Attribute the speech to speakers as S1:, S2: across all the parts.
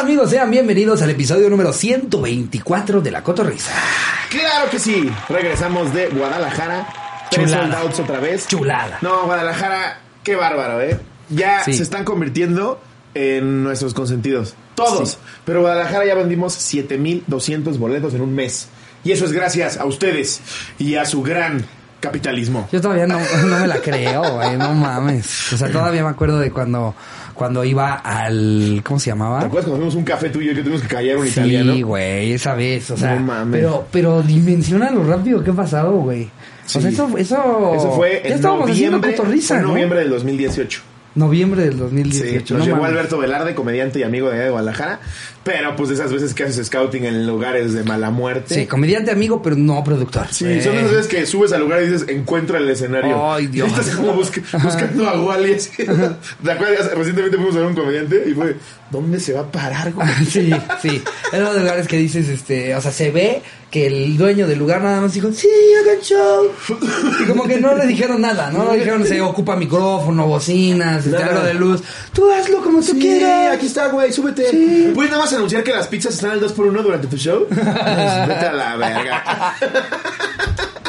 S1: amigos? Sean bienvenidos al episodio número 124 de La Cotorrisa.
S2: Claro que sí. Regresamos de Guadalajara. Tres
S1: Chulada.
S2: sold outs otra vez.
S1: Chulada.
S2: No, Guadalajara, qué bárbaro, ¿eh? Ya
S1: Sí.
S2: se están convirtiendo en nuestros consentidos. Todos.
S1: Sí.
S2: Pero Guadalajara ya vendimos 7.200 boletos en un mes. Y eso es gracias a ustedes y a su gran capitalismo.
S1: Yo todavía no, no me la creo, güey, no mames. O sea, todavía me acuerdo de cuando, cuando iba al... ¿Cómo se
S2: ¿Te
S1: llamaba?
S2: acuerdas cuando fuimos a un café tuyo y yo que tuvimos que callar a un
S1: Sí,
S2: italiano?
S1: güey, esa vez, o sea,
S2: No mames.
S1: pero, pero dimensiona lo rápido que ha pasado, güey. O
S2: Sí.
S1: sea, eso, eso,
S2: Eso fue
S1: ya
S2: en
S1: estábamos haciendo
S2: noviembre,
S1: cotorrisa,
S2: fue en
S1: ¿no?
S2: noviembre del 2018.
S1: Noviembre del
S2: Sí,
S1: 2018.
S2: nos
S1: no
S2: llevó
S1: mames.
S2: Alberto Velarde, comediante y amigo de allá de Guadalajara. Pero pues de esas veces que haces scouting en lugares de mala muerte.
S1: Sí, comediante amigo, pero no productor.
S2: Sí,
S1: Eh,
S2: son esas veces que subes al lugar y dices, encuentra el escenario.
S1: Ay, Dios.
S2: Y estás como busca- buscando a Wally. así. ¿Te acuerdas? Recientemente fuimos a ver un comediante y fue, ¿dónde se va a parar, güey?
S1: Sí, sí. Es uno de los lugares que dices, este, o sea, se ve que el dueño del lugar nada más dijo, sí, hagan show. Y como que no le dijeron nada, ¿no? No le dijeron, se ocupa micrófono, bocinas, este,
S2: Nada.
S1: aro de luz. Tú hazlo como tú
S2: Sí,
S1: quieras.
S2: aquí está, güey, súbete.
S1: Sí.
S2: ¿Puedes nada más anunciar que las pizzas están al 2x1 durante tu show? Pues, vete a la verga.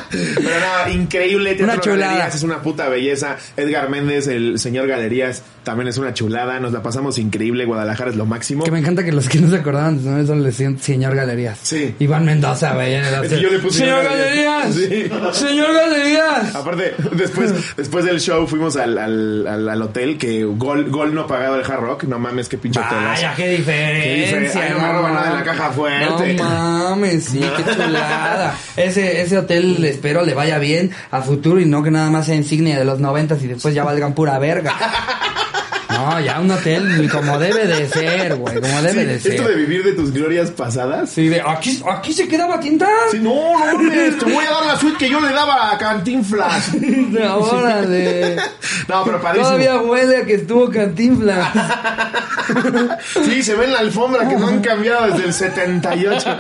S2: Pero no, increíble. Teatro
S1: Una chulada.
S2: Galerías es una puta belleza. Edgar Méndez, el señor Galerías, también es una chulada. Nos la pasamos increíble. Guadalajara es lo máximo.
S1: Que me encanta que los que no se acordaban de nombres son los de señor Galerías.
S2: Sí.
S1: Iván Mendoza, güey. era
S2: Es que yo le puse
S1: señor
S2: Señor
S1: Galerías.
S2: Galerías".
S1: Señor Galerías.
S2: Aparte, después, después del show fuimos al, al, al, al hotel que gol, gol no pagado el Hard Rock. No mames, qué pinche hotel.
S1: Vaya, qué diferencia.
S2: Ay, no me roban nada de la caja fuerte.
S1: No mames, sí, qué chulada. Ese, ese hotel espero le vaya bien a futuro y no que nada más sea insignia de los noventas y después ya valgan pura verga. No, ya un hotel como debe de ser, güey, como debe de
S2: Sí,
S1: ser.
S2: esto de vivir de tus glorias pasadas.
S1: Sí, de aquí, aquí se quedaba tinta.
S2: Sí, no, no mames, te voy a dar la suite que yo le daba a Cantinflas.
S1: De ahora de...
S2: No, pero padrísimo.
S1: Todavía huele a que estuvo cantinflas.
S2: Sí, se ve en la alfombra que no han cambiado desde el 78.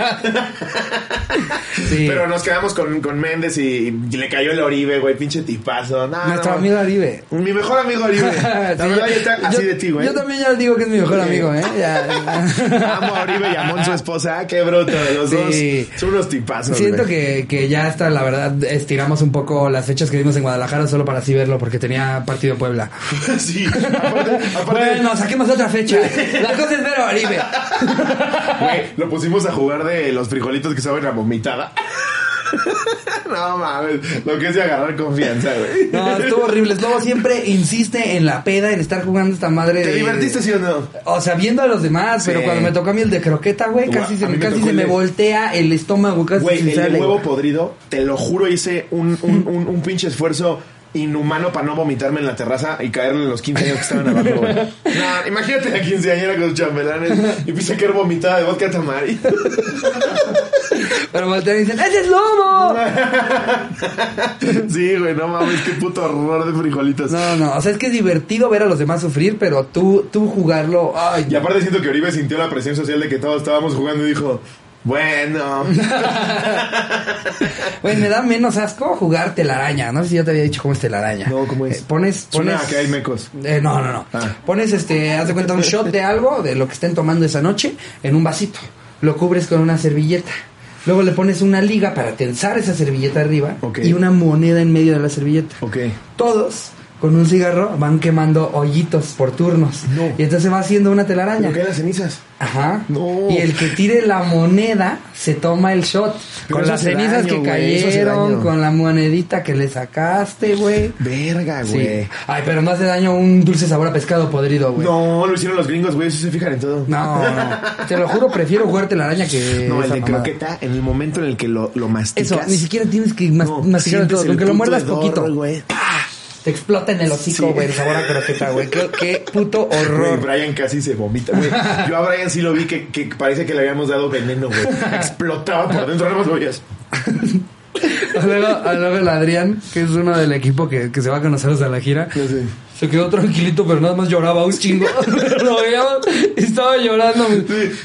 S1: Sí.
S2: Pero nos quedamos con, con Méndez y, y le cayó el Oribe, güey, pinche tipazo. No,
S1: Nuestro
S2: no,
S1: amigo Aribe.
S2: Mi mejor amigo Oribe. La
S1: Sí,
S2: verdad, yo te- así
S1: yo-
S2: de ¿eh? ti, güey.
S1: Yo también ya digo que es mi mejor
S2: Sí.
S1: amigo, ¿eh? Ya.
S2: Amo a Oribe y a Mon, su esposa. Ah, Qué bruto de los
S1: Sí.
S2: dos. Son unos tipazos.
S1: Siento
S2: güey.
S1: que, que ya hasta, la verdad, estiramos un poco las fechas que vimos en Guadalajara solo para así verlo, porque tenía partido en Puebla.
S2: sí. Aparte, aparte
S1: Bueno, saquemos otra fecha. La cosa es ver a Oribe.
S2: güey, lo pusimos a jugar de los frijolitos que saben a vomitada. no mames. Lo que es de agarrar confianza, güey.
S1: No, estuvo horrible. Slobo siempre insiste en la peda, en estar jugando esta madre.
S2: ¿Te
S1: de-
S2: divertiste, sí o no?
S1: O sea, viendo a los demás, pero
S2: Sí.
S1: cuando me tocó a mí el de croqueta, güey,
S2: Guau,
S1: casi se,
S2: a mí
S1: me,
S2: me
S1: casi
S2: tocó
S1: se
S2: el
S1: me
S2: de-
S1: voltea el estómago, casi se
S2: Güey,
S1: me
S2: el
S1: sale,
S2: de huevo
S1: güey.
S2: podrido, te lo juro, hice un, un, un, un pinche esfuerzo inhumano para no vomitarme en la terraza y caerme en los 15 años que estaban abajo, güey. No, imagínate la quinceañera con chambelanes y empieza a caer vomitada de vodka tamari.
S1: Pero voltean y dicen, ¡ese es lobo!
S2: Sí, güey, no mames, qué puto horror de frijolitos.
S1: No, no, o sea, es que es divertido ver a los demás sufrir, pero tú, tú jugarlo, ay,
S2: Y aparte siento que Oribe sintió la presión social de que todos estábamos jugando y dijo, bueno,
S1: güey, me da menos asco jugar telaraña. No sé si ya te había dicho cómo es telaraña.
S2: No, ¿cómo es?
S1: Eh, pones,
S2: Suena
S1: pones.
S2: a que hay mecos.
S1: Eh, no, no, no.
S2: Ah.
S1: Pones, este, haz de cuenta un shot de algo, de lo que estén tomando esa noche, en un vasito. Lo cubres con una servilleta. Luego le pones una liga para tensar esa servilleta arriba
S2: Ok.
S1: y una moneda en medio de la servilleta.
S2: ok.
S1: Todos con un cigarro van quemando hoyitos por turnos.
S2: No.
S1: Y entonces va haciendo una telaraña.
S2: ¿Pero qué hay las cenizas?
S1: Ajá.
S2: No.
S1: Y el que tire la moneda se toma el shot.
S2: Pero
S1: con
S2: eso
S1: las
S2: hace
S1: cenizas
S2: daño,
S1: que
S2: güey, eso hace
S1: cayeron,
S2: daño.
S1: con la monedita que le sacaste, güey.
S2: Verga, güey.
S1: Sí. Ay, pero no hace daño un dulce sabor a pescado podrido, güey.
S2: No, lo hicieron los gringos, güey, eso se fijan en todo.
S1: No, no. Te lo juro, prefiero jugarte la araña que.
S2: No, el
S1: esa
S2: de
S1: mamada.
S2: croqueta, en el momento en el que lo, lo masticas.
S1: Eso, ni siquiera tienes que mas-
S2: No,
S1: masticarlo
S2: sientes
S1: todo.
S2: el
S1: Con que lo
S2: puto
S1: muerdas
S2: hedor,
S1: poquito.
S2: güey.
S1: Te explota en el hocico,
S2: Sí.
S1: güey, el sabor a croqueta, güey. Qué, qué puto
S2: Güey,
S1: horror.
S2: Brian casi se vomita, güey. Yo a Brian sí lo vi que, que parece que le habíamos dado veneno, güey. Explotaba por dentro, no más lo veías.
S1: Luego, luego el Adrián, que es uno del equipo que, que se va con nosotros a la gira.
S2: No sé.
S1: Se quedó tranquilito, pero nada más lloraba un chingo. Lo veíamos, estaba llorando.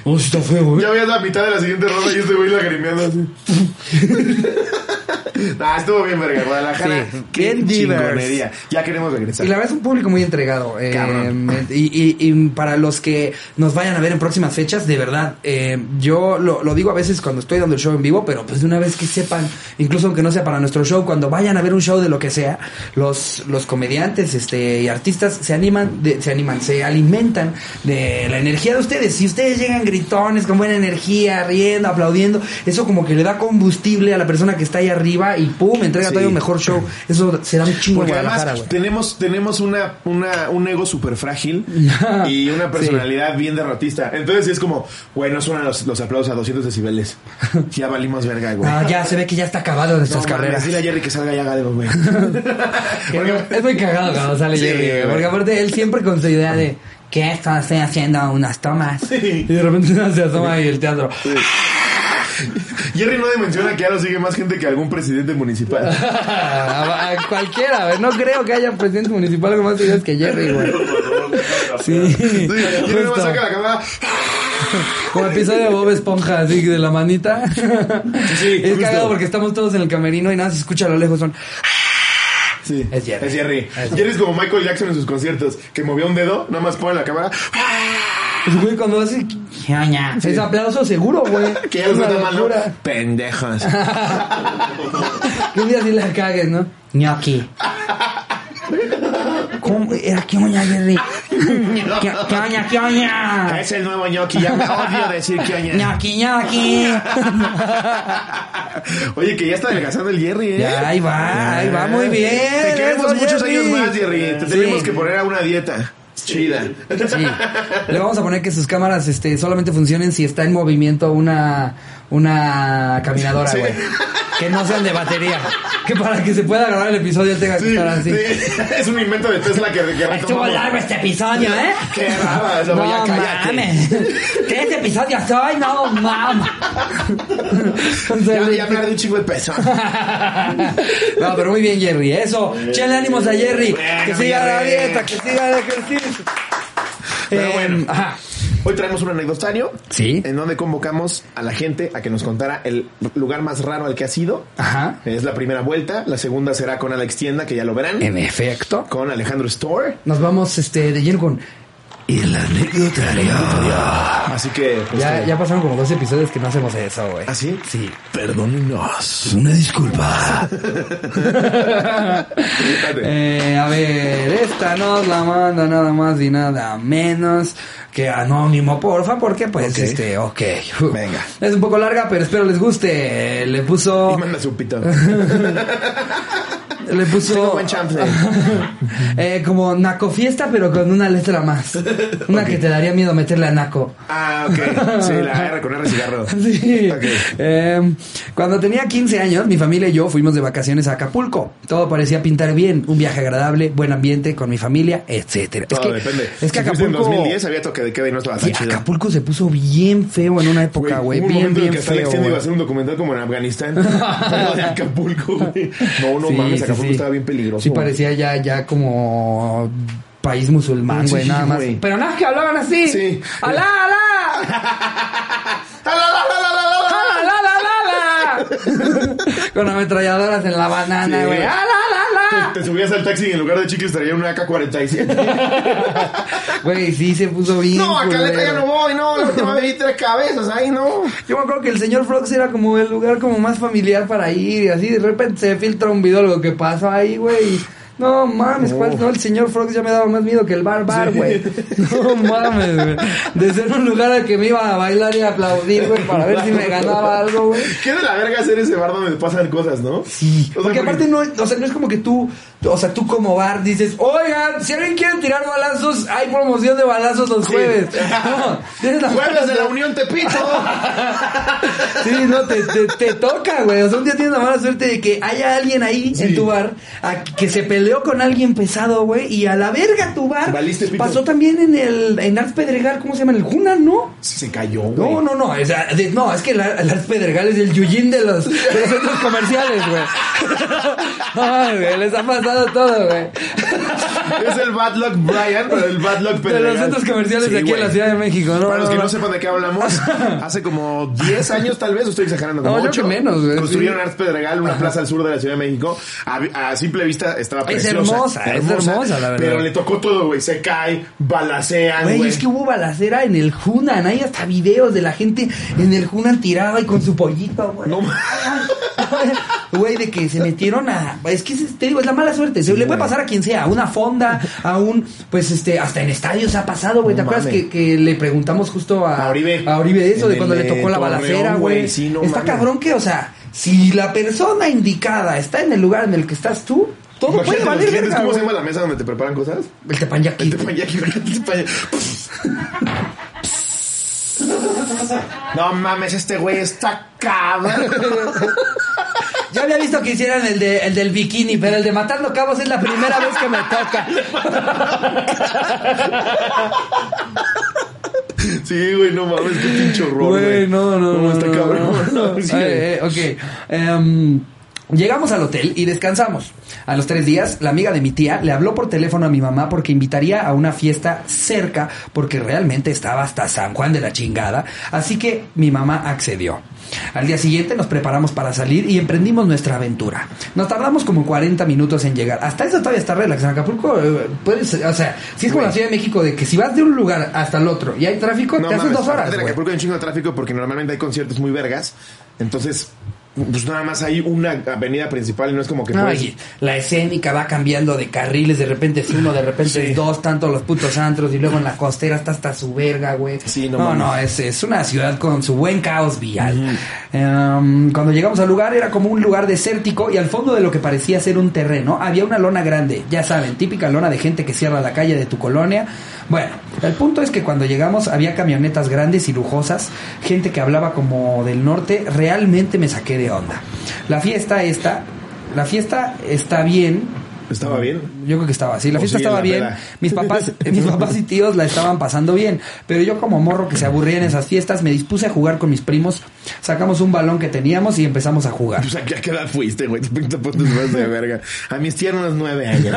S1: Oh, sí está feo, güey.
S2: Ya veías la mitad de la siguiente ronda y este güey lagrimeando así. Ah, estuvo bien, verga. Guadalajara.
S1: Sí,
S2: qué
S1: bien divers.
S2: chingonería. Ya queremos regresar.
S1: Y la verdad es un público muy entregado. eh,
S2: Cabrón.
S1: y, y- y para los que nos vayan a ver en próximas fechas, de verdad, eh, yo lo, lo digo a veces cuando estoy dando el show en vivo, pero pues de una vez que sepan, incluso aunque no sea para nuestro show, cuando vayan a ver un show de lo que sea, los, los comediantes este, y artistas se animan, de- se animan, se alimentan de la energía de ustedes. Si ustedes llegan gritones, con buena energía, riendo, aplaudiendo, eso como que le da combustible a la persona que está ahí arriba y pum, entrega
S2: Sí.
S1: todavía un mejor show. Eso se da un chingo en
S2: Porque
S1: Guadalajara,
S2: además
S1: güey.
S2: tenemos, tenemos una, una, un ego súper frágil y una personalidad bien derrotista. Entonces sí es como, güey, no suenan los, los aplausos a 200 decibeles. Ya valimos verga, güey.
S1: No, ya se ve que ya está acabado nuestras
S2: No, mames,
S1: Ah, carreras.
S2: Dile a Jerry que salga ya Gadeo, güey.
S1: Que
S2: Porque-
S1: Es muy cagado cuando sale
S2: Sí,
S1: Jerry, güey,
S2: güey.
S1: porque aparte él siempre con su idea de que estoy haciendo unas tomas.
S2: Sí.
S1: Y de repente no se asoma y el teatro.
S2: Jerry no dimensiona que ya lo sigue más gente que algún presidente municipal.
S1: A, a cualquiera, güey. No creo que haya presidente municipal con más ideas que Jerry, güey. Sí.
S2: Sí, Jerry no
S1: justo.
S2: saca la cámara.
S1: Como episodio de Bob Esponja, así de la manita.
S2: Sí,
S1: es
S2: justo.
S1: cagado porque estamos todos en el camerino y nada se escucha a lo lejos. Son.
S2: Sí.
S1: Es Jerry.
S2: Es Jerry.
S1: Es
S2: Jerry es como Michael Jackson en sus conciertos, que movió un dedo, nada más pone la cámara. ¡Ah,
S1: Es "Pues, güey cuando hace. ñaña. Es aplauso seguro, güey.
S2: Que ya
S1: Es
S2: los
S1: una
S2: mata mano.
S1: locura.
S2: Pendejos.
S1: Que un día sí la cagues, ¿no? Ñoqui. ¿Cómo? Era que oña, Jerry. ¿Qué qué oña, qué oña?
S2: es el nuevo ñoqui, ya me odio decir que oña.
S1: Ñoqui, ñoqui.
S2: Oye, que ya está adelgazando el Jerry, ¿eh?
S1: Ya, ahí va, ahí va, muy bien.
S2: Te queremos
S1: Eso,
S2: muchos
S1: Jerry.
S2: años más, Jerry. Te
S1: Sí.
S2: tenemos que poner a una dieta. Chida.
S1: Sí. Le vamos a poner que sus cámaras este, solamente funcionen si está en movimiento una, una caminadora,
S2: Sí.
S1: güey. Que no sean de batería. Que para que se pueda grabar el episodio tenga que
S2: Sí,
S1: estar así.
S2: sí. Es un invento de Tesla que, que
S1: Estuvo
S2: retomamos.
S1: largo este episodio, ¿eh?
S2: Qué raba, eso, ya
S1: no
S2: cállate.
S1: mames. ¿Qué este episodio soy? No mames.
S2: Ya, ya me haré un chingo de peso.
S1: no, pero muy bien, Jerry. Eso. Chele ánimos a Jerry.
S2: Venga,
S1: Que
S2: mi
S1: siga la
S2: Jerry.
S1: dieta, que siga el ejercicio.
S2: Pero
S1: Eh,
S2: bueno.
S1: Ajá.
S2: Hoy traemos un anecdotario.
S1: Sí.
S2: En donde convocamos a la gente a que nos contara el lugar más raro al que ha sido.
S1: Ajá.
S2: Es la primera vuelta. La segunda será con Alex Tienda, que ya lo verán.
S1: En efecto.
S2: Con Alejandro Store.
S1: Nos vamos este, de lleno con... Y la anécdota
S2: Así que. pues,
S1: ya,
S2: eh,
S1: ya pasaron como dos episodios que no hacemos eso, güey.
S2: ¿Ah, sí?
S1: Este, Sí.
S2: Perdónenos.
S1: Una disculpa.
S2: Espérate.
S1: Eh, a ver, esta nos la manda nada más y nada menos que anónimo, porfa, porque pues
S2: Ok.
S1: este, ok.
S2: Venga.
S1: Es un poco larga, pero espero les guste. Le
S2: Y
S1: puso,
S2: mándase un pito.
S1: le
S2: Tengo
S1: puso
S2: buen chanfle.
S1: eh, como naco fiesta, pero con una letra más. Una que te daría miedo meterle a naco.
S2: Ah, ok. Sí, la R con R cigarro.
S1: Sí.
S2: Ok.
S1: Eh, cuando tenía 15 años, mi familia y yo fuimos de vacaciones a Acapulco. Todo parecía pintar bien, un viaje agradable, buen ambiente con mi familia, etcétera.
S2: Todo depende.
S1: es que
S2: Si fuiste
S1: Acapulco
S2: en 2010 había toque de queda y no estaba tan
S1: Sí,
S2: chido.
S1: Acapulco se puso bien feo en una época, güey.
S2: Güey, hubo un
S1: Bien,
S2: momento en
S1: bien
S2: el que hasta Alex
S1: feo.
S2: Tienda iba a
S1: güey.
S2: hacer un documental como en Afganistán. Pero de Acapulco, güey. No, "Oh, no
S1: Sí,
S2: mames,
S1: sí,
S2: Acapulco
S1: sí.
S2: estaba bien peligroso.
S1: Sí,
S2: güey.
S1: parecía ya, ya como país musulmán,
S2: Sí,
S1: güey, nada más.
S2: güey.
S1: Pero nada, que hablaban así.
S2: Sí.
S1: ¡Alá, alá!
S2: ¡Ah, la, la, la, la, la, la!
S1: ¡Alá, la, la, la, la! Con ametralladoras en la banana,
S2: Sí,
S1: güey.
S2: güey.
S1: ¡Alá, la, la!
S2: Te subías al taxi y en lugar de chicles traía una AK-47.
S1: Güey, sí, se puso bien.
S2: no, a
S1: culero.
S2: Caleta ya no voy, no. La última vez vi tres cabezas ahí, no.
S1: Yo me acuerdo que el señor Frogs era como el lugar como más familiar para ir y así. De repente se filtra un video lo que pasó ahí, güey. y No mames, ¿cuál? No, el señor Frogs ya me daba más miedo que el bar bar, güey. No mames, güey. De ser un lugar al que me iba a bailar y a aplaudir, güey, para ver si me ganaba algo, güey.
S2: Qué de la verga hacer ese bar donde pasan cosas, ¿no?
S1: Sí,
S2: O sea,
S1: porque aparte no, o sea, no es como que tú, o sea, tú como bar dices, oigan, si alguien quiere tirar balazos, hay promoción de balazos los jueves. No, tienes la
S2: Pueblos de la Unión Tepito.
S1: Sí, no, te, te, te toca, güey. O sea, un día tienes la mala suerte de que haya alguien ahí en tu bar a- que se peleó con alguien pesado, güey. Y a la verga tu bar
S2: Valiste pito.
S1: pasó también en el en Arts Pedregal, ¿cómo se llama? En el Juna, ¿no?
S2: Se cayó, güey.
S1: No, no, no. o sea, de- no, es que el, Ar- el Arts Pedregal es el Yuyin de los, de los centros comerciales, güey. Ay, güey, les ha pasado todo, güey.
S2: es el Bad Luck Brian, pero el Bad Luck
S1: De los
S2: Pedregal.
S1: centros comerciales
S2: Sí,
S1: de aquí en
S2: güey.
S1: la Ciudad de México, ¿no?
S2: Para los que no
S1: se
S2: sepan de qué hablamos, hace como 10 años tal vez, estoy exagerando, como
S1: No, yo
S2: ocho,
S1: que menos, güey,
S2: construyeron
S1: sí.
S2: Arts Pedregal, una plaza al sur de la Ciudad de México. A, a simple vista estaba
S1: Es
S2: preciosa.
S1: hermosa, es hermosa, la verdad.
S2: Pero le tocó todo, güey. Se cae, balacean,
S1: Güey,
S2: güey.
S1: es que hubo balacera en el Hunan. Hay hasta videos de la gente en el Hunan tirada y con su pollito, güey.
S2: No, ma-
S1: Güey, de que se metieron a. Es que es- te digo, es la mala suerte. Se le puede
S2: güey.
S1: pasar a quien sea, a una fonda, a un. Pues este, hasta en estadios ha pasado, güey. ¿Te
S2: No
S1: acuerdas
S2: mames.
S1: que, que le preguntamos justo a,
S2: A Oribe.
S1: A Oribe eso,
S2: En
S1: de cuando
S2: el
S1: le tocó
S2: de
S1: la
S2: Torreón,
S1: balacera,
S2: güey.
S1: güey.
S2: Sí, no
S1: está
S2: mames.
S1: cabrón que, o sea, si la persona indicada está en el lugar en el que estás tú, todo
S2: Imagínate
S1: puede
S2: los
S1: valer
S2: clientes,
S1: verga,
S2: ¿Cómo se
S1: güey.
S2: llama la mesa donde te preparan cosas?
S1: El tepanyaki.
S2: El tepañaki, güey, el tepañaki. No mames, este güey está cabrón.
S1: Yo había visto que hicieran el, de, el del bikini, pero el de Matando Cabos es la primera vez que me toca.
S2: Sí, güey, no mames, qué pinche horror, güey.
S1: Güey, no, no, no.
S2: está
S1: no,
S2: cabrón.
S1: no, no.
S2: Sí,
S1: Eh, eh, ok. Em, llegamos al hotel y descansamos. A los tres días, la amiga de mi tía le habló por teléfono a mi mamá porque invitaría a una fiesta cerca porque realmente estaba hasta San Juan de la chingada. Así que mi mamá accedió. Al día siguiente nos preparamos para salir y emprendimos nuestra aventura. Nos tardamos como 40 minutos en llegar. Hasta eso todavía está relax. En Acapulco, eh, puedes, o sea, si es como la Ciudad de México, de que si vas de un lugar hasta el otro y hay tráfico, te haces
S2: mames,
S1: dos horas.
S2: aparte En
S1: güey.
S2: Acapulco hay un chingo de tráfico porque normalmente hay conciertos muy vergas. Entonces, pues nada más hay una avenida principal y no es como que
S1: No,
S2: puedes-
S1: y la escénica va cambiando de carriles, de repente es uno, de repente es dos, tanto los putos antros y luego en la costera está hasta su verga, güey.
S2: Sí, no
S1: no,
S2: mames.
S1: es, es una ciudad con su buen caos vial. Em, cuando llegamos al lugar era como un lugar desértico y al fondo de lo que parecía ser un terreno había una lona grande, ya saben, típica lona de gente que cierra la calle de tu colonia. Bueno, el punto es que cuando llegamos había camionetas grandes y lujosas, gente que hablaba como del norte, realmente me saqué de onda. La fiesta esta, la fiesta está bien,
S2: estaba bien.
S1: yo creo que estaba así. La
S2: O
S1: fiesta
S2: Pues sí,
S1: estaba
S2: la
S1: bien.
S2: peda.
S1: Mis papás, mis papás y tíos la estaban pasando bien. Pero yo como morro que se aburría en esas fiestas, me dispuse a jugar con mis primos. Sacamos un balón que teníamos y empezamos a jugar.
S2: O sea, ¿qué- Pues, ¿a qué edad fuiste, güey? Te te pones más de verga. A mis tiernos nueve años.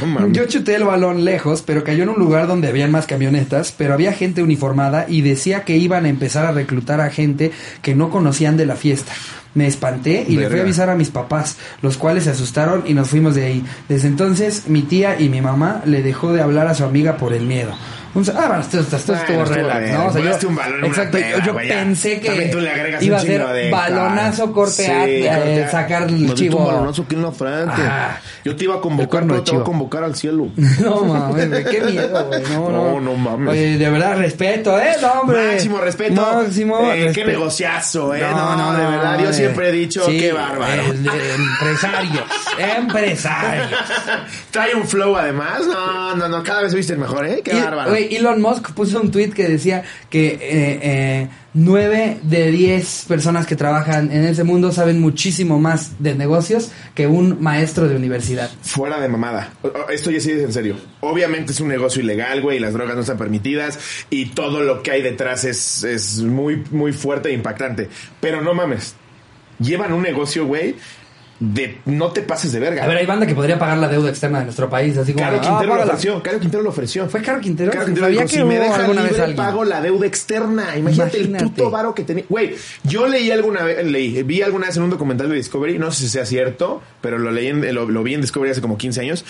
S2: No mames.
S1: Yo chuté el balón lejos, pero cayó en un lugar donde habían más camionetas, pero había gente uniformada y decía que iban a empezar a reclutar a gente que no conocían de la fiesta. Me espanté y le fui a
S2: Verga.
S1: avisar a mis papás, los cuales se asustaron y nos fuimos de ahí. Desde entonces, mi tía y mi mamá le dejó de hablar a su amiga por el miedo. Un sa- ah, bueno, esto, esto- esto
S2: Bueno,
S1: estuvo
S2: estuvo
S1: relax,
S2: bien.
S1: ¿no? O sea,
S2: Volaste un balón en una
S1: exacto, yo-
S2: peda,
S1: yo
S2: güey, ya.
S1: pensé
S2: También
S1: que
S2: tú le agregas
S1: iba a
S2: un chingo
S1: ser
S2: de-
S1: balonazo, corte,
S2: Sí,
S1: a- eh,
S2: corte a-
S1: sacar el
S2: Nos diste
S1: chivo.
S2: un balonazo aquí en la frente.
S1: Ajá.
S2: Yo te iba a
S1: El
S2: convocar,
S1: cuerno
S2: pero
S1: de
S2: te iba a
S1: chivo.
S2: convocar al cielo.
S1: No mames, güey, qué miedo, güey. No, no.
S2: No, no mames.
S1: Oye, de verdad, respeto, ¿eh? No, hombre.
S2: Máximo respeto.
S1: Máximo
S2: Eh, Qué
S1: respeto.
S2: negociazo, ¿eh? No, no, de verdad. yo
S1: eh.
S2: siempre he dicho,
S1: Sí, eh.
S2: qué bárbaro.
S1: el- el empresarios, empresarios.
S2: Trae un flow además. No, no, no. Cada vez viste el mejor, ¿eh? Qué
S1: Y-
S2: bárbaro.
S1: güey, Elon Musk puso un tweet que decía que eh, eh, 9 de 10 personas que trabajan en ese mundo saben muchísimo más de negocios que un maestro de universidad.
S2: Fuera de mamada. O- o- Esto ya sí es en serio. Obviamente es un negocio ilegal, güey, y las drogas no están permitidas y todo lo que hay detrás es, es muy, muy fuerte e impactante. Pero no mames. Llevan un negocio, güey, de no te pases de verga.
S1: A ver, hay banda que podría pagar la deuda externa de nuestro país, así como...
S2: Caro
S1: ah,
S2: Quintero lo
S1: págala.
S2: ofreció. Caro Quintero lo ofreció.
S1: ¿Fue Caro Quintero?
S2: Caro Quintero
S1: Sabía
S2: dijo,
S1: que
S2: si me
S1: hubo
S2: dejan
S1: alguna vez
S2: libre,
S1: alguien".
S2: pago la deuda externa. Imagínate,
S1: Imagínate.
S2: el puto varo que tenía. Güey, yo leí alguna vez, leí, vi alguna vez en un documental de Discovery, no sé si sea cierto, pero lo leí, en- lo, lo vi en Discovery hace como 15 años.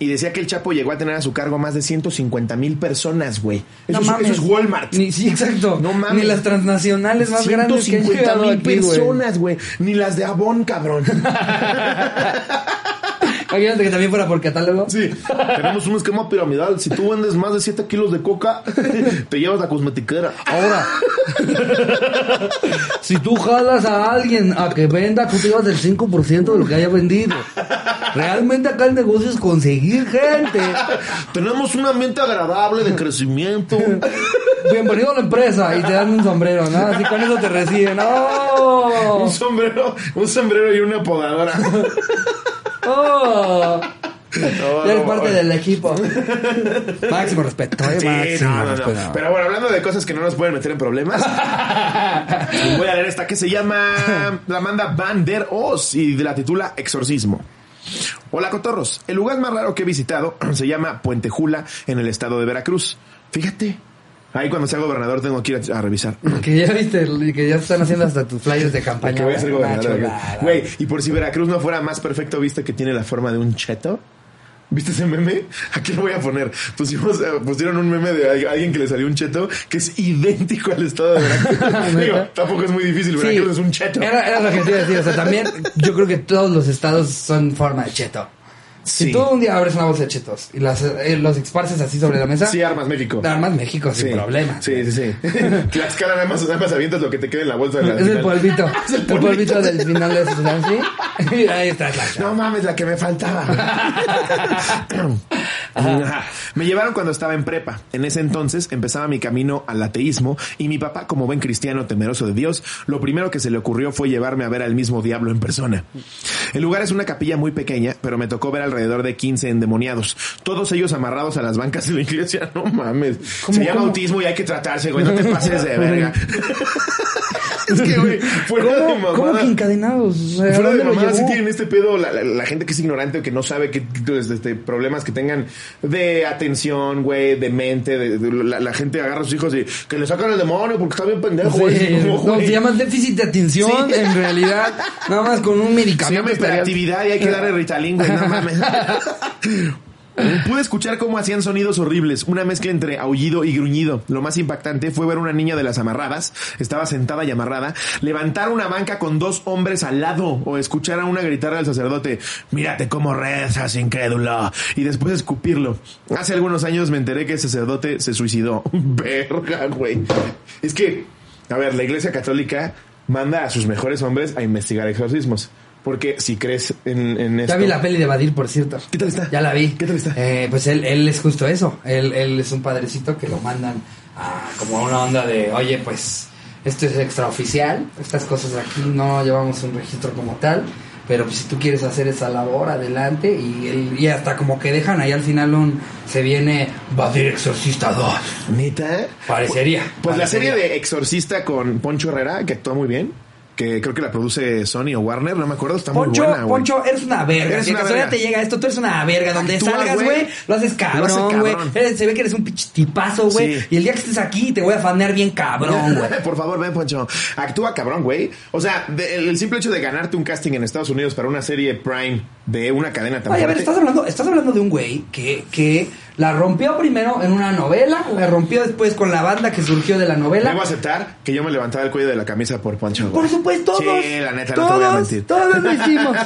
S2: Y decía que el Chapo llegó a tener a su cargo más de 150 mil personas, güey.
S1: No
S2: Eso, es-
S1: mames.
S2: eso es Walmart.
S1: Ni, sí, exacto.
S2: No
S1: Ni
S2: mames.
S1: las transnacionales más grandes que han
S2: 150
S1: llegado
S2: mil
S1: aquí, güey.
S2: personas, güey. Ni las de Avon, cabrón.
S1: Imagínate que también fuera por catálogo.
S2: Sí, tenemos un esquema piramidal. Si tú vendes más de 7 kilos de coca, te llevas la cosmetiquera.
S1: Ahora, si tú jalas a alguien a que venda, tú te llevas el 5% de lo que haya vendido. Realmente acá el negocio es conseguir gente.
S2: Tenemos un ambiente agradable de crecimiento.
S1: Bienvenido a la empresa y te dan un sombrero, ¿no? Así con eso te reciben. ¡Oh!
S2: Un sombrero, un sombrero y una podadora.
S1: ¡Oh!
S2: No,
S1: Ya eres
S2: no,
S1: parte
S2: oye.
S1: del equipo. Máximo respeto, ¿eh?
S2: Sí,
S1: Máximo
S2: no, no, no.
S1: respeto.
S2: Pero bueno, hablando de cosas que no nos pueden meter en problemas, voy a leer esta que se llama La manda Van der Oz y de la titula Exorcismo. Hola Cotorros, el lugar más raro que he visitado se llama Puente Jula en el estado de Veracruz. Fíjate, ahí cuando sea gobernador tengo que ir a, a revisar.
S1: Que ya viste, que ya están haciendo hasta tus flyers de campaña.
S2: Que voy a ser
S1: Una
S2: gobernador. de Veracruz.
S1: chulada.
S2: Güey, y por si Veracruz no fuera más perfecto, ¿viste que tiene la forma de un cheto? ¿Viste ese meme? Aquí lo voy a poner. Pusimos, eh, pusieron un meme de al- alguien que le salió un cheto que es idéntico al estado de Veracruz.
S1: ¿Neta?
S2: Digo, tampoco es muy difícil.
S1: Sí.
S2: Veracruz es un cheto.
S1: Era, era lo que te iba a decir. O sea, también yo creo que todos los estados son forma de cheto.
S2: Sí.
S1: Si tú un día abres una bolsa de chetos y las, eh, los esparces así sobre la mesa,
S2: Sí, armas México.
S1: armas México sin problema.
S2: Sí, sí, sí. Tlaxcala nada más, nada más avientas lo que te queda en la bolsa de la
S1: Es el polvito.
S2: Es el
S1: el polvito. del final de esos, ¿sí? Y ahí está la
S2: No mames, la que me faltaba. Ajá. me llevaron cuando estaba en prepa. En ese entonces empezaba mi camino al ateísmo y mi papá, como buen cristiano temeroso de Dios, lo primero que se le ocurrió fue llevarme a ver al mismo diablo en persona. El lugar es una capilla muy pequeña, pero me tocó ver alrededor de 15 endemoniados, todos ellos amarrados a las bancas de la iglesia. No mames.
S1: ¿Cómo,
S2: se llama
S1: cómo?
S2: autismo y hay que tratarse, güey. No te pases de verga. es que, güey, fuera de
S1: ¿Cómo,
S2: mamada.
S1: ¿Cómo que encadenados? O sea, ¿a
S2: Fuera de
S1: dónde lo
S2: mamada, sí
S1: llevó?
S2: tienen este pedo la, la- la gente que es ignorante o que no sabe qué pues, este, problemas que tengan de atención, güey, de mente. de- de- la, la gente agarra a sus hijos y que le sacan el demonio porque está bien pendejo.
S1: Sí,
S2: güey. Es como,
S1: no,
S2: güey,
S1: se llama déficit de atención, en realidad. Nada más con un
S2: se
S1: medicamento.
S2: llama
S1: estarías-
S2: hiperactividad y hay que darle Ritalin, güey, no mames. Pude escuchar cómo hacían sonidos horribles, una mezcla entre aullido y gruñido. Lo más impactante fue ver una niña de las amarradas, estaba sentada y amarrada, levantar una banca con dos hombres al lado o escuchar a una gritar al sacerdote, mírate cómo rezas, incrédulo, y después escupirlo. Hace algunos años me enteré que el sacerdote se suicidó. Verga, güey. Es que, a ver, la iglesia católica manda a sus mejores hombres a investigar exorcismos. Porque si crees en, en esto...
S1: Ya vi la peli de Badir, por cierto.
S2: ¿Qué tal está?
S1: Ya la vi.
S2: ¿Qué tal está?
S1: Eh, pues él, él es justo eso. Él, él es un padrecito que lo mandan a como a una onda de, oye, pues esto es extraoficial, estas cosas aquí no llevamos un registro como tal, pero pues, si tú quieres hacer esa labor, adelante. Y, él- y hasta como que dejan ahí al final un, se viene Badir Exorcista 2.
S2: Neta.
S1: Parecería.
S2: Pues la
S1: Parecería.
S2: serie de Exorcista con Poncho Herrera, que actúa muy bien, que creo que la produce Sony o Warner, no me acuerdo, está
S1: Poncho,
S2: muy buena, güey.
S1: Poncho, eres una verga.
S2: Eres
S1: si
S2: una
S1: de casualidad
S2: verga.
S1: te llega esto, tú eres una verga. Donde
S2: Actúa,
S1: salgas,
S2: güey.
S1: güey, lo haces
S2: Lo haces
S1: cabrón, güey.
S2: cabrón.
S1: Eh, Se ve que eres un pinche tipazo, güey.
S2: Sí.
S1: Y el día que estés aquí, te voy a fanear bien cabrón, güey.
S2: Por favor, ven, Poncho. Actúa cabrón, güey. O sea, de- el, el simple hecho de ganarte un casting en Estados Unidos para una serie Prime de una cadena tan
S1: Oye, a ver,
S2: fuerte-
S1: estás hablando, estás hablando de un güey que, que la rompió primero en una novela, la rompió después con la banda que surgió de la novela.
S2: Debo aceptar que yo me levantaba el cuello de la camisa por Poncho. güey.
S1: Por supuesto, todos.
S2: Sí, la neta,
S1: todos,
S2: no te voy a mentir.
S1: todos lo hicimos.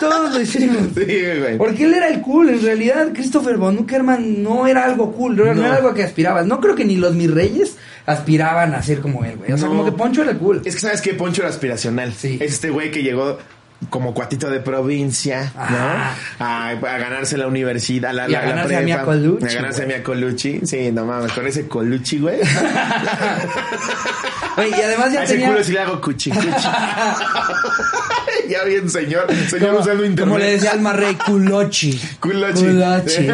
S1: Todos lo hicimos.
S2: Sí, güey.
S1: Porque él era el cool, en realidad Christopher Von Uckerman no era algo cool, no era,
S2: No.
S1: no era algo que aspirabas. No creo que ni los mis reyes aspiraban a ser como él, güey. O sea,
S2: No.
S1: como que Poncho era el cool.
S2: Es que sabes que Poncho era aspiracional.
S1: Sí.
S2: Es este güey que llegó como cuatito de provincia,
S1: Ajá.
S2: ¿no? A, a ganarse la universidad, la,
S1: Ah. Y a
S2: la- la
S1: ganarse a
S2: prepa.
S1: Mia Colucci,
S2: A ganarse a
S1: güey.
S2: Mia Colucci. Sí, no mames, con ese Colucci, güey.
S1: Oye, y además
S2: A
S1: ya
S2: ese
S1: tenía...
S2: culo sí le hago cuchi, cuchi. ya bien, señor. Señor
S1: como-
S2: usando internet.
S1: Como le decía al Marrey, culochi.
S2: Culochi.
S1: Culochi.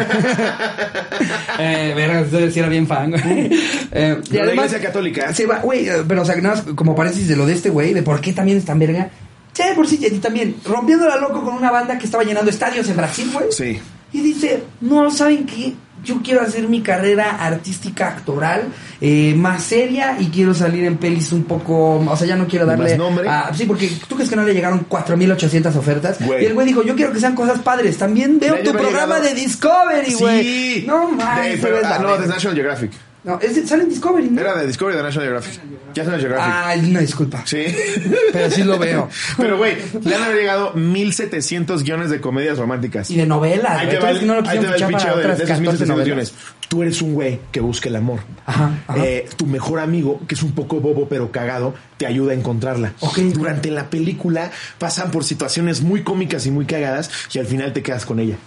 S1: eh, verga, usted sí era bien fan, güey. Eh, y
S2: Uh. la
S1: además,
S2: iglesia católica.
S1: Se va, güey, eh, pero o sea, nada más como paréntesis de lo de este güey, de por qué también es tan verga. Sí, por sí, y también, rompiéndola loco con una banda que estaba llenando estadios en Brasil, güey.
S2: Sí.
S1: Y dice, no, ¿saben qué? Yo quiero hacer mi carrera artística actoral eh, más seria y quiero salir en pelis un poco... O sea, ya no quiero darle...
S2: Más nombre.
S1: a- sí, porque tú crees que no le llegaron 4.800 ofertas.
S2: Güey.
S1: Y el güey dijo, yo quiero que sean cosas padres. También veo
S2: Ya
S1: tu
S2: lleva
S1: programa
S2: llegado-
S1: de Discovery, güey.
S2: Sí.
S1: No,
S2: De-
S1: mames.
S2: pero-
S1: eres la
S2: ah, no, de
S1: verga.
S2: National Geographic.
S1: No, es de- sale en Discovery, ¿no?
S2: Era de Discovery de National Geographic. Ya National Geographic.
S1: Ah, no, disculpa.
S2: Sí.
S1: Pero sí lo veo.
S2: Pero, güey, le han llegado 1700 guiones de comedias románticas.
S1: Y de novelas.
S2: Ahí
S1: güey.
S2: te
S1: ¿Tú
S2: va
S1: crees
S2: el,
S1: que no lo
S2: ahí te
S1: quisieron
S2: va el
S1: fichar para
S2: picheo de,
S1: otras
S2: de esas
S1: 14
S2: 1700
S1: novelas?
S2: millones. Tú eres un güey que busca el amor.
S1: Ajá, ajá.
S2: Eh, tu mejor amigo, que es un poco bobo pero cagado, te ayuda a encontrarla.
S1: Ok.
S2: Durante la película pasan por situaciones muy cómicas y muy cagadas y al final te quedas con ella.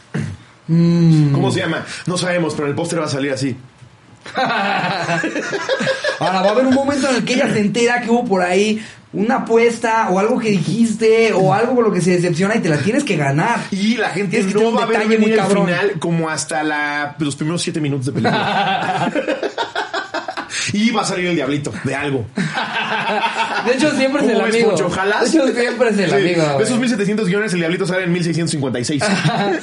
S1: Mm.
S2: ¿Cómo se llama? No sabemos, pero en el póster va a salir así.
S1: Ahora va a haber un momento en el que ella se entera que hubo por ahí una apuesta o algo que dijiste o algo con lo que se decepciona y te la tienes que ganar.
S2: Y la gente
S1: Tienes que
S2: no
S1: tener un
S2: va a ver
S1: detalle muy
S2: venir el
S1: cabrón.
S2: final como hasta la, los primeros siete minutos de película. y va a salir el diablito de algo.
S1: De hecho, siempre es
S2: ¿Cómo
S1: el
S2: ves,
S1: amigo.
S2: Poncho? ¿Jalas?
S1: De hecho, siempre es el
S2: Sí.
S1: amigo.
S2: De esos
S1: güey.
S2: 1700 guiones, el diablito sale en 1656.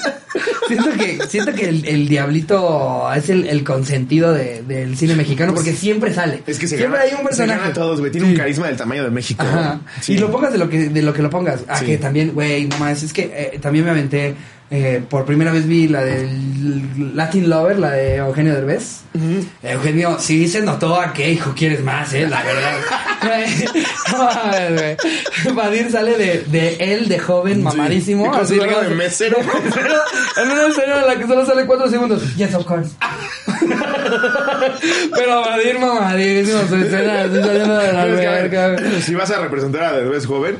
S1: siento que, siento que el, el Diablito es el, el consentido de- del cine mexicano porque siempre sale.
S2: Pues, Es que se
S1: siempre
S2: gana,
S1: hay un
S2: se
S1: personaje.
S2: gana a todos, güey. Tiene un carisma del tamaño de México.
S1: Ajá.
S2: Sí.
S1: Y lo pongas de lo que, de lo que lo pongas. Ah,
S2: Sí.
S1: que también, güey, no más. Es que eh, también me aventé. eh, por primera vez vi la del Latin Lover, la de Eugenio Derbez. Eugenio, sí se notó a qué hijo quieres más, eh, la verdad. Güey, no mames, güey. Badir sale de, de él, de joven, mamadísimo.
S2: Y con
S1: así,
S2: su cara
S1: digamos,
S2: de mesero.
S1: en una escena en la que solo sale 4 segundos. Yes, of course. Pero Badir mamadísimo, su escena así saliendo de la
S2: Pero es que, a ver,
S1: verga. güey.
S2: si vas a representar a Derbez joven,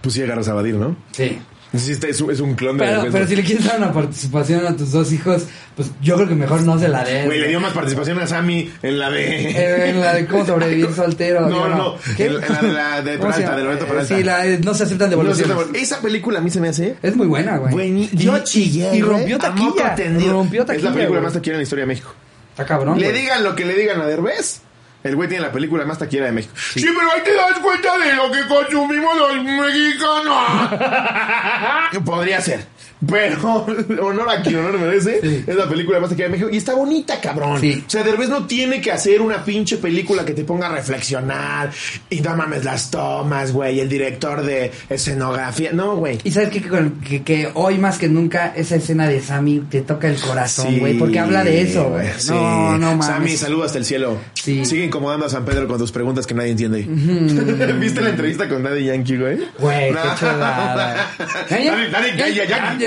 S2: pues sí agarras a Badir, ¿no?
S1: Sí.
S2: Sí, este es, un- es un clon de
S1: Pero,
S2: Derbez.
S1: pero si le quieres dar una participación a tus dos hijos, pues yo creo que mejor no se la des.
S2: Güey, le
S1: güey.
S2: dio más participación a Sammy en la de...
S1: Eh, en la de cómo sobrevivir soltero.
S2: No,
S1: digo,
S2: no, en la- en la de la- de
S1: ¿Cómo se
S2: Peralta,
S1: llama?
S2: de Loreto
S1: Eh,
S2: Peralta.
S1: Sí, la de no se aceptan
S2: No sé,
S1: devoluciones.
S2: esa película a mí se me hace...
S1: es muy buena, güey.
S2: bueni-
S1: Y-
S2: Yo chillé,
S1: Y
S2: güey,
S1: rompió
S2: a moco
S1: taquilla.
S2: tendido.
S1: Rompió taquilla.
S2: Es la película
S1: güey.
S2: más taquillera en la historia de México.
S1: Está cabrón.
S2: Le
S1: güey.
S2: digan lo que le digan a Derbez. El güey tiene la película más taquillera de México. Sí, pero ahí te das cuenta de lo que consumimos los mexicanos. que podría ser. Pero honor a quien honor merece.
S1: Sí.
S2: Es la película más taquillera de México. Y está bonita, cabrón.
S1: Sí.
S2: O sea, Derbez no tiene que hacer una pinche película que te ponga a reflexionar. Y no mames las tomas, güey. El director de escenografía. No, güey.
S1: Y sabes qué? que, con- que, que hoy más que nunca esa escena de Sammy te toca el corazón, güey. porque habla de eso, güey.
S2: sí.
S1: No, no mames.
S2: Sammy, saludo hasta el cielo.
S1: Sí.
S2: Sigue incomodando a San Pedro con tus preguntas que nadie entiende. ¿Viste la entrevista con Daddy Yankee, güey?
S1: Güey, qué
S2: No.
S1: chulada. ¿Eh?
S2: Daddy, Daddy, Daddy,
S1: Ya-
S2: Yankee,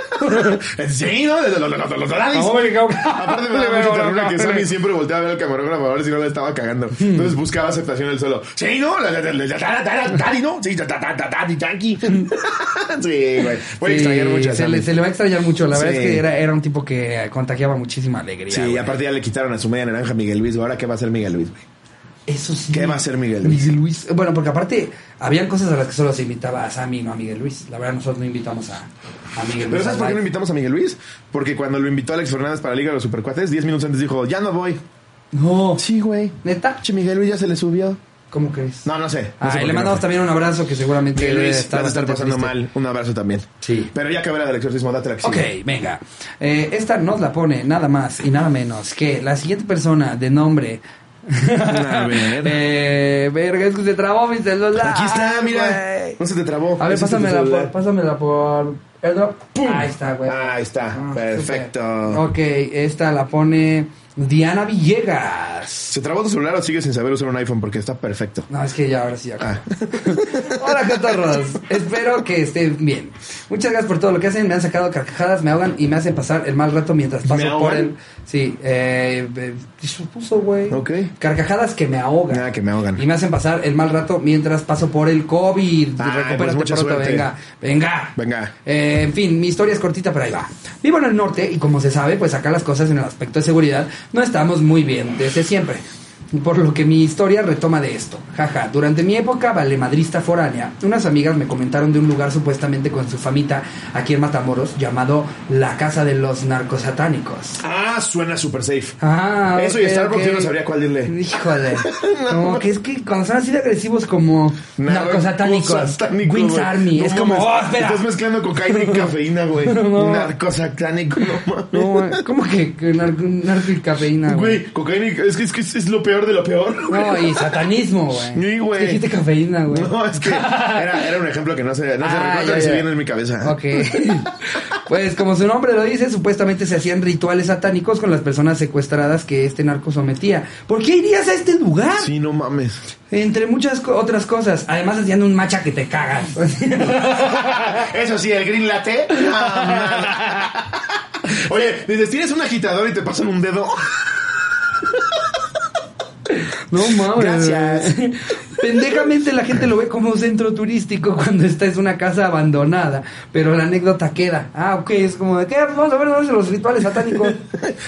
S2: Sí, ¿no? Desde los, los, los, los Daddies. Aparte me da mucha ternura que Sammy siempre volteaba a ver al camarógrafo a ver si no la estaba cagando.
S1: Hmm.
S2: Entonces buscaba aceptación él solo. Sí, no, La- la- la- la- la- la- Daddy, ¿no? Sí, da- da- da- da- Daddy, Yankee. Sí, güey. Voy a extrañar
S1: Hmm. Sí,
S2: mucho a
S1: se
S2: Sammy.
S1: le, se le va a extrañar mucho. La verdad
S2: Sí.
S1: es que era, era un tipo que contagiaba muchísima alegría.
S2: Sí,
S1: güey.
S2: y aparte ya le quitaron a su media naranja a Miguel Luis. güey. Ahora, ¿qué va a hacer Miguel Luis, güey?
S1: Eso sí.
S2: ¿Qué va a hacer Miguel Luis?
S1: Miguel Luis. Bueno, porque aparte habían cosas a las que solo se invitaba a Sammy, no a Miguel Luis. La verdad, nosotros no invitamos a, a Miguel Luis.
S2: Pero ¿sabes
S1: al
S2: por qué no
S1: live.
S2: invitamos a Miguel Luis? Porque cuando lo invitó Alex Fernández para Liga de los Supercuates, 10 minutos antes dijo, ya no voy.
S1: No.
S2: Sí, güey.
S1: ¿Neta?
S2: Che, Miguel Luis ya se le subió.
S1: ¿Cómo crees?
S2: No, no sé. No
S1: Ah,
S2: sé
S1: y le
S2: por qué
S1: mandamos
S2: no fue.
S1: también un abrazo que seguramente
S2: Miguel
S1: debe
S2: Luis,
S1: estar
S2: vas a estar
S1: bastante
S2: pasando
S1: triste.
S2: mal. Un abrazo también.
S1: Sí.
S2: Pero ya que verá del exorcismo, date la que
S1: Ok,
S2: sigue.
S1: venga. Eh, esta nos la pone nada más y nada menos que la siguiente persona de nombre.
S2: A ver.
S1: Eh, verga, es que se trabó mi celular.
S2: Aquí está, mira.
S1: güey.
S2: No se te trabó.
S1: A ver,
S2: Ese es tu
S1: pásamela
S2: celular.
S1: por, pásamela por airdrop.
S2: ¡Pum!
S1: Ahí está, güey.
S2: Ahí está.
S1: Ah,
S2: Perfecto.
S1: súper. Ok, esta la pone Diana Villegas.
S2: ¿Se trabó tu celular o sigues sin saber usar un iPhone? Porque está perfecto.
S1: No, es que ya, ahora sí ya.
S2: Ah.
S1: Hola, cotorros. Espero que estén bien. Muchas gracias por todo lo que hacen. Me han sacado carcajadas, me ahogan y me hacen pasar el mal rato mientras
S2: ¿Me
S1: paso por
S2: ahogan?
S1: el. Sí, eh. eh, Supuso, güey.
S2: Ok.
S1: Carcajadas que me ahogan.
S2: Nada, que me ahogan.
S1: Y me hacen pasar el mal rato mientras paso por el COVID.
S2: Ay,
S1: Recupérate
S2: pues mucha
S1: pronto,
S2: suerte.
S1: venga. Venga.
S2: Venga.
S1: Eh, en fin, mi historia es cortita, pero ahí va. Vivo en el norte y como se sabe, pues acá las cosas en el aspecto de seguridad no estamos muy bien desde siempre. Por lo que mi historia retoma de esto. Jaja, durante mi época valemadrista foránea, unas amigas me comentaron de un lugar supuestamente con su famita aquí en Matamoros llamado la Casa de los Narcosatánicos.
S2: Ah, suena super safe.
S1: Ah,
S2: Eso y
S1: ok,
S2: Starbucks
S1: ok.
S2: yo no sabría cuál irle.
S1: Híjole. Como que es que cuando son así de agresivos como
S2: Nada,
S1: narcosatánicos,
S2: narcosatánico,
S1: Wings
S2: güey.
S1: Army,
S2: No
S1: es como,
S2: mames,
S1: oh, espera.
S2: Estás mezclando cocaína y cafeína, güey.
S1: No.
S2: Narcosatánico, no mames.
S1: No, güey, ¿Cómo que, que narco, narco y cafeína, güey?
S2: Güey, cocaína y... Es que, es que es lo peor de lo peor.
S1: No, y satanismo, güey.
S2: Sí, güey.
S1: Dijiste cafeína, güey.
S2: No, es que era, era un ejemplo que no se, no se
S1: Ah,
S2: recuerda
S1: ya,
S2: ni se
S1: ya.
S2: viene en mi cabeza.
S1: Ok. Pues como su nombre lo dice, supuestamente se hacían rituales satánicos con las personas secuestradas que este narco sometía. ¿Por qué irías a este lugar?
S2: Sí, no mames.
S1: Entre muchas co- otras cosas. Además hacían un macha que te cagas.
S2: Eso sí, el green latte. Ah, man. Oye, dices, ¿tienes un agitador y te pasan un dedo?
S1: No mames.
S2: Gracias.
S1: güey. Pendejamente la gente lo ve como centro turístico cuando esta es una casa abandonada, pero la anécdota queda. Ah, ok, es como de que vamos a ver vamos a ver los rituales satánicos.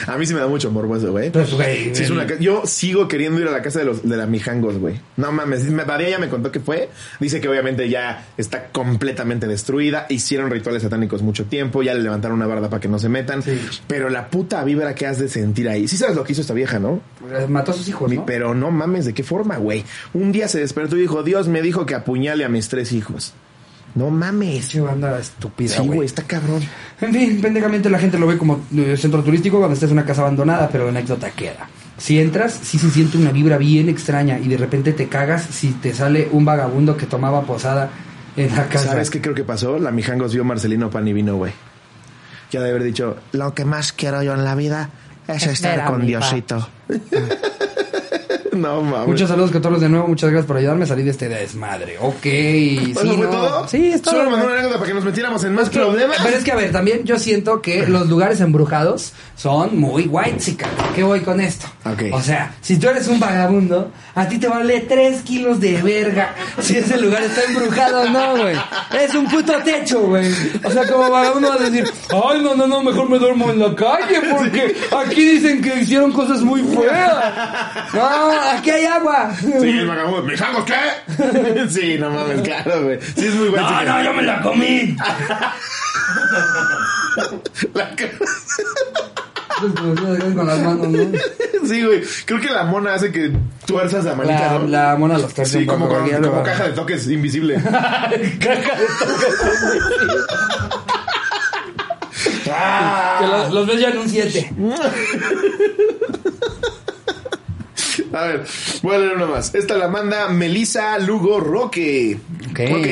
S2: A mí sí me da mucho morbo eso, güey.
S1: Pues, güey,
S2: Sí, es una ca- yo sigo queriendo ir a la casa de los de las mijangos, güey. No mames, me- Badía ya me contó que fue. Dice que obviamente ya está completamente destruida. Hicieron rituales satánicos mucho tiempo, ya le levantaron una barda para que no se metan.
S1: Sí.
S2: Pero la puta vibra que has de sentir ahí. Sí sabes lo que hizo esta vieja, ¿no?
S1: mató a sus hijos,
S2: Mi-
S1: ¿no?
S2: Pero no mames, ¿de qué forma, güey? Un día se despertó y dijo, Dios me dijo que apuñale a mis tres hijos. No mames. pues
S1: Sí, banda estúpida,
S2: Sí,
S1: güey.
S2: güey, está cabrón.
S1: En fin, pendejamente la gente lo ve como eh, centro turístico cuando estás en una casa abandonada, pero la anécdota queda. Si entras, sí se siente una vibra bien extraña y de repente te cagas si te sale un vagabundo que tomaba posada en la casa.
S2: ¿Sabes qué creo que pasó? La Mijangos vio Marcelino Pan y vino, güey. Ya de haber dicho, lo que más quiero yo en la vida es estar
S1: Espera,
S2: con
S1: mi
S2: Diosito. no mames.
S1: Muchos saludos, Cotorros, de nuevo. Muchas gracias por ayudarme a salir de este desmadre. Ok.
S2: ¿Eso
S1: sí,
S2: fue
S1: no.
S2: todo?
S1: Sí, es todo,
S2: Solo mandó
S1: güey.
S2: una anécdota para que nos metiéramos en más
S1: que-
S2: problemas.
S1: Pero es que, a ver, también yo siento que los lugares embrujados son muy white, chica. ¿Qué voy con esto?
S2: Ok.
S1: O sea, si tú eres un vagabundo, a ti te vale 3 kilos de verga si ese lugar está embrujado o no, güey. Es un puto techo, güey. O sea, como vagabundo vas a decir, ay, no, no, no, mejor me duermo en la calle porque aquí dicen que hicieron cosas muy feas. No, aquí hay agua.
S2: Sí, el vagabundo, ¿Mijangos qué? sí, no mames, claro, güey. Sí, es muy bueno.
S1: No, Ah, no, yo me la comí. Pues, Con las manos, ¿no?
S2: Sí, güey. Creo que la mona hace que tuerzas la manita,
S1: La,
S2: ¿no?
S1: la mona los torce
S2: Sí,
S1: un
S2: como,
S1: poco,
S2: con-
S1: porque ya
S2: como
S1: lo-
S2: caja de toques invisible. Ah.
S1: Que los, los ves ya en un 7.
S2: A ver, voy a leer una más. Esta la manda Melisa Lugo Roque.
S1: Ok.
S2: Ok.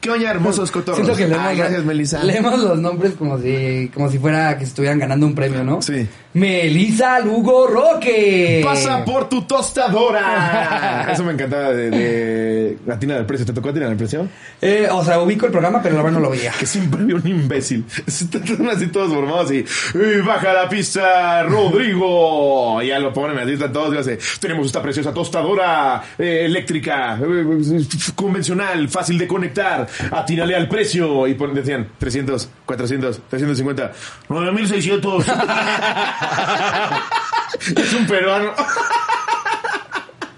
S2: ¿Qué oña, hermosos cotorros?
S1: Siento que leemos,
S2: Ah, gracias, Melisa.
S1: leemos los nombres como si, como si fuera que estuvieran ganando un premio, ¿no?
S2: Sí.
S1: Melisa Lugo Roque.
S2: Pasa por tu tostadora. Eso me encantaba de, de la tina del precio. ¿Te tocó la tina del precio?
S1: Eh, o sea, ubico el programa, pero la verdad no lo veía.
S2: Que siempre había un imbécil. Están así todos formados y, "Y baja la pista, Rodrigo. Y ya lo ponen así, están todos y hace, tenemos esta preciosa tostadora eh, eléctrica, eh, eh, convencional, fácil de conectar, atínale al precio. Y pon- decían, 300, 400, 350, 9600. es un peruano.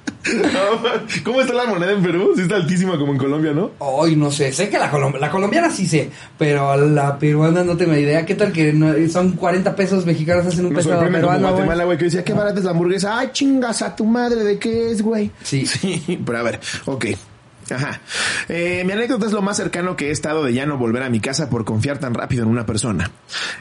S2: ¿Cómo está la moneda en Perú? Sí está altísima como en Colombia, ¿no?
S1: Hoy no sé, sé que la, colom- la colombiana sí sé, pero la peruana no tengo idea. ¿Qué tal que no- son 40 pesos mexicanos hacen un
S2: Nos
S1: peso
S2: sorprende como
S1: peruano? güey?
S2: Guatemala, güey, que decía, qué barata es la hamburguesa. Ay, chingas a tu madre, ¿de qué es, güey?
S1: Sí.
S2: Sí, pero a ver, ok. Ajá. Eh, mi anécdota es lo más cercano que he estado de ya no volver a mi casa por confiar tan rápido en una persona.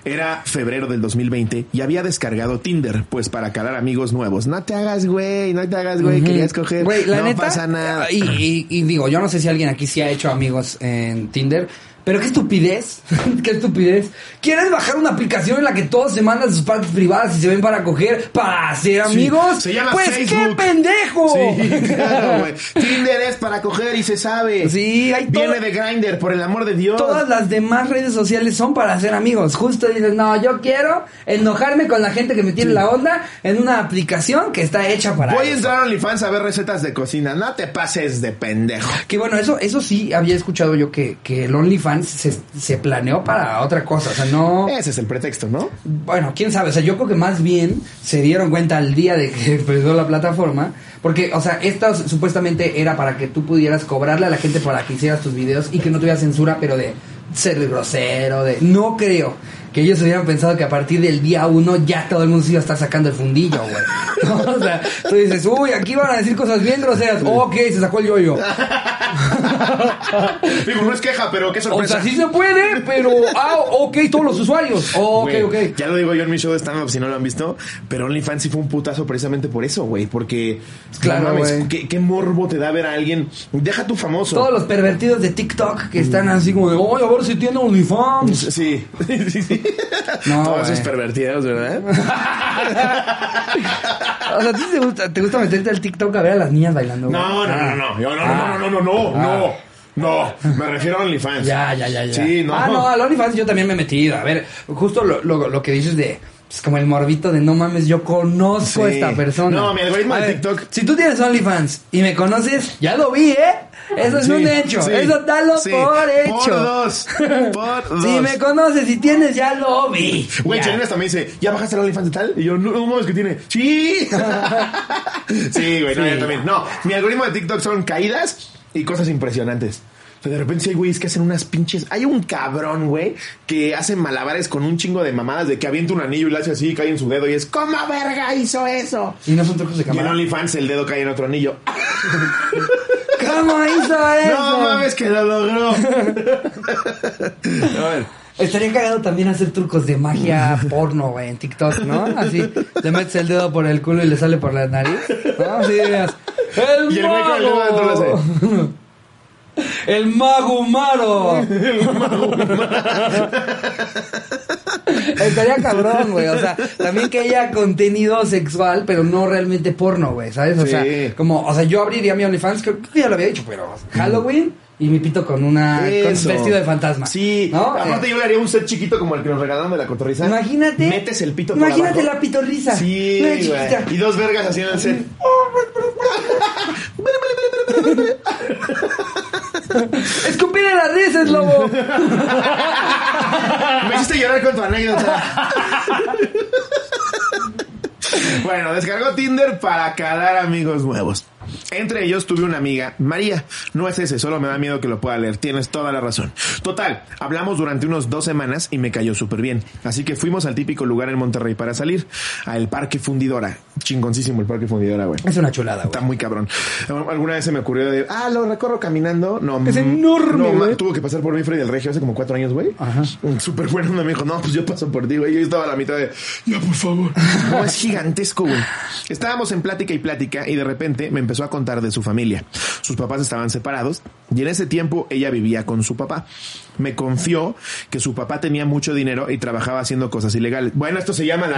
S2: Era febrero del 2020 y había descargado Tinder, pues para calar amigos nuevos. No te hagas, güey, no te hagas, güey, querías coger.
S1: Güey, la
S2: no
S1: neta,
S2: pasa nada.
S1: Y, y- y digo, yo no sé si alguien aquí sí ha hecho amigos en Tinder. Pero qué estupidez, qué estupidez. ¿Quieres bajar una aplicación en la que todos se mandan sus partes privadas y se ven para coger, para hacer amigos?
S2: Se llama
S1: pues qué
S2: Facebook.
S1: pendejo.
S2: Sí, claro, güey. Tinder es para coger y se sabe.
S1: Sí, hay todo-
S2: Viene de Grindr, por el amor de Dios.
S1: Todas las demás redes sociales son para hacer amigos. Justo dices, no, yo quiero enojarme con la gente que me tiene la onda en una aplicación que está hecha para
S2: Voy a
S1: eso".
S2: entrar a OnlyFans a ver recetas de cocina. No te pases de pendejo.
S1: Que bueno, eso, eso sí había escuchado yo que, que el OnlyFans se, se planeó para otra cosa. O sea, no.
S2: Ese es el pretexto, ¿no?
S1: Bueno, quién sabe. O sea, yo creo que más bien se dieron cuenta al día de que empezó la plataforma. Porque, o sea, esta supuestamente era para que tú pudieras cobrarle a la gente para que hicieras tus videos y que no tuviera censura, pero de ser grosero, de. No creo que ellos hubieran pensado que a partir del día uno ya todo el mundo se iba a estar sacando el fundillo, güey. ¿No? O sea, tú dices, uy, aquí van a decir cosas bien groseras. Ok, se sacó el yoyo.
S2: Digo, no es queja, pero qué
S1: O
S2: sorpresa.
S1: sea, sí se puede, pero. Ah, ok, todos los usuarios. Ok,
S2: Güey,
S1: ok.
S2: Ya lo digo yo en mi show de stand-up si no lo han visto, pero OnlyFans sí fue un putazo precisamente por eso, güey. Porque,
S1: Claro,
S2: no mames,
S1: güey.
S2: ¿qué, qué morbo te da ver a alguien. Deja tu famoso.
S1: Todos los pervertidos de TikTok que están así como de, oye, a ver si tiene OnlyFans.
S2: Sí, sí, sí.
S1: No,
S2: Todos esos
S1: güey.
S2: pervertidos, ¿verdad?
S1: O sea, ¿a ti te gusta, te gusta meterte al TikTok a ver a las niñas bailando? güey?
S2: No, no,
S1: Ah.
S2: no, no. Yo, no,
S1: Ah.
S2: no, no, no, no, no,
S1: Ah.
S2: no. No, me refiero a OnlyFans.
S1: Ya, ya, ya, ya.
S2: Sí, no.
S1: Ah, no, al OnlyFans yo también me he metido. A ver, justo lo, lo- lo que dices de, pues como el morbito de no mames, yo conozco a
S2: Sí.
S1: esta persona.
S2: No, mi algoritmo
S1: A
S2: de
S1: ver,
S2: TikTok.
S1: Si tú tienes OnlyFans y me conoces, ya lo vi, ¿eh? Eso es
S2: Sí,
S1: un hecho.
S2: sí,
S1: Eso dalo
S2: sí.
S1: por hecho.
S2: Por dos. Por dos.
S1: si me conoces y tienes, ya lo vi.
S2: Güey,
S1: Ya.
S2: Chalinas también dice, ¿ya bajaste el OnlyFans de tal? Y yo, no, no mames que tiene. ¡Sí! sí, güey, no,
S1: Sí.
S2: yo también. No, mi algoritmo de TikTok son caídas y cosas impresionantes. O sea, de repente sí hay güeyes que hacen unas pinches. Hay un cabrón, güey, que hace malabares con un chingo de mamadas de que avienta un anillo y lo hace así y cae en su dedo y es, ¿cómo verga hizo eso?
S1: Y no son trucos de
S2: Y en
S1: cámara.
S2: OnlyFans el dedo cae en otro anillo.
S1: ¿Cómo hizo eso?
S2: ¡No mames que lo logró! A ver.
S1: Estaría cagado también hacer trucos de magia porno, güey, en TikTok, ¿no? Así, te metes el dedo por el culo y le sale por la nariz. ¿No? Así dirías, ¡El
S2: Y el güey con el dedo adentro
S1: mago! ¡El mago maro! Estaría cabrón, güey. O sea, también que haya contenido sexual, pero no realmente porno, güey, ¿sabes? O
S2: Sí.
S1: sea, como, o sea, yo abriría mi OnlyFans, creo que ya lo había dicho, pero Halloween y mi pito con una Ah, con
S2: Eso.
S1: vestido de fantasma.
S2: Sí.
S1: ¿no?
S2: Aparte,
S1: Eh,
S2: yo le haría un set chiquito como el que nos regalaron de la cotorriza.
S1: Imagínate.
S2: Metes el pito por
S1: Imagínate
S2: abajo.
S1: la pitorrisa.
S2: Sí,
S1: Una
S2: güey.
S1: chiquita.
S2: Y dos vergas haciendo el set.
S1: Escupir a las risas, lobo.
S2: Me hiciste llorar con tu anécdota. bueno, descargó Tinder para calar amigos nuevos. Entre ellos tuve una amiga, María. No es ese, solo me da miedo que lo pueda leer. Tienes toda la razón. Total, hablamos durante unos dos semanas y me cayó súper bien. Así que fuimos al típico lugar en Monterrey para salir, al Parque Fundidora. Chingoncísimo el Parque Fundidora, güey.
S1: Es una chulada,
S2: Está
S1: güey.
S2: muy cabrón. Alguna vez se me ocurrió de, ah, lo recorro caminando. No,
S1: Es
S2: mm,
S1: enorme,
S2: no, ma-
S1: güey.
S2: tuvo que pasar por mí Freddy del Regio hace como cuatro años, güey.
S1: Ajá.
S2: Un súper bueno me dijo, no, pues yo paso por ti, güey. Yo estaba a la mitad de, ya, por favor. No, es gigantesco, güey. Estábamos en plática y plática y de repente me empezó a contar de su familia. Sus papás estaban separados y en ese tiempo ella vivía con su papá. Me confió que su papá tenía mucho dinero y trabajaba haciendo cosas ilegales. Bueno, esto se llama la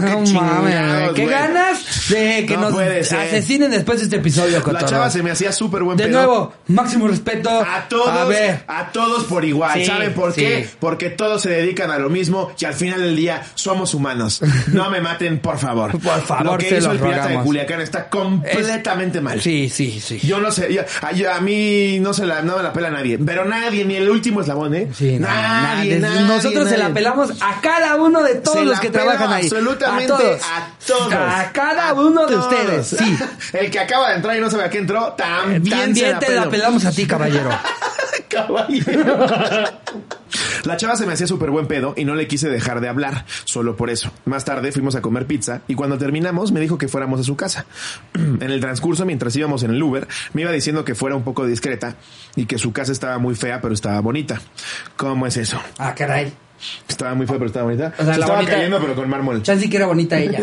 S1: No
S2: qué
S1: mames,
S2: chingados,
S1: ¿Qué
S2: güey.
S1: ganas de que
S2: No
S1: nos
S2: puede ser.
S1: asesinen después de este episodio,
S2: La
S1: cotorro?
S2: chava se me hacía súper buen
S1: De
S2: pedo.
S1: nuevo, máximo respeto.
S2: A todos,
S1: A
S2: a,
S1: ver.
S2: todos por igual.
S1: Sí,
S2: ¿Saben por
S1: sí.
S2: qué? Porque todos se dedican a lo mismo y al final del día somos humanos. No me maten, por favor.
S1: Por favor,
S2: lo que
S1: se
S2: hizo
S1: los
S2: el pirata
S1: rogamos.
S2: de Culiacán está completamente mal.
S1: Sí, sí, sí.
S2: Yo no sé, yo- a, yo- a mí no se la, no me la pela nadie, pero nadie, ni el último eslabón, ¿eh?
S1: Sí, no,
S2: nadie,
S1: nada.
S2: nadie,
S1: Nosotros se la
S2: nadie.
S1: pelamos a cada uno de todos
S2: Se
S1: los
S2: la
S1: que
S2: pela
S1: trabajan ahí.
S2: Absolutamente
S1: a todos.
S2: A todos.
S1: A cada
S2: A
S1: uno de
S2: todos.
S1: ustedes. Sí.
S2: El que acaba de entrar y no sabe a qué entró, también,
S1: También
S2: se la
S1: te la
S2: pelo.
S1: pelamos a ti, caballero.
S2: Caballero. La chava se me hacía súper buen pedo y no le quise dejar de hablar, solo por eso. Más tarde fuimos a comer pizza y cuando terminamos me dijo que fuéramos a su casa. En el transcurso, mientras íbamos en el Uber, me iba diciendo que fuera un poco discreta y que su casa estaba muy fea pero estaba bonita. ¿Cómo es eso?
S1: Ah, caray.
S2: Estaba muy fea pero estaba bonita.
S1: O sea,
S2: Se
S1: la
S2: estaba
S1: bonita-
S2: cayendo pero con mármol.
S1: Chance que era bonita ella.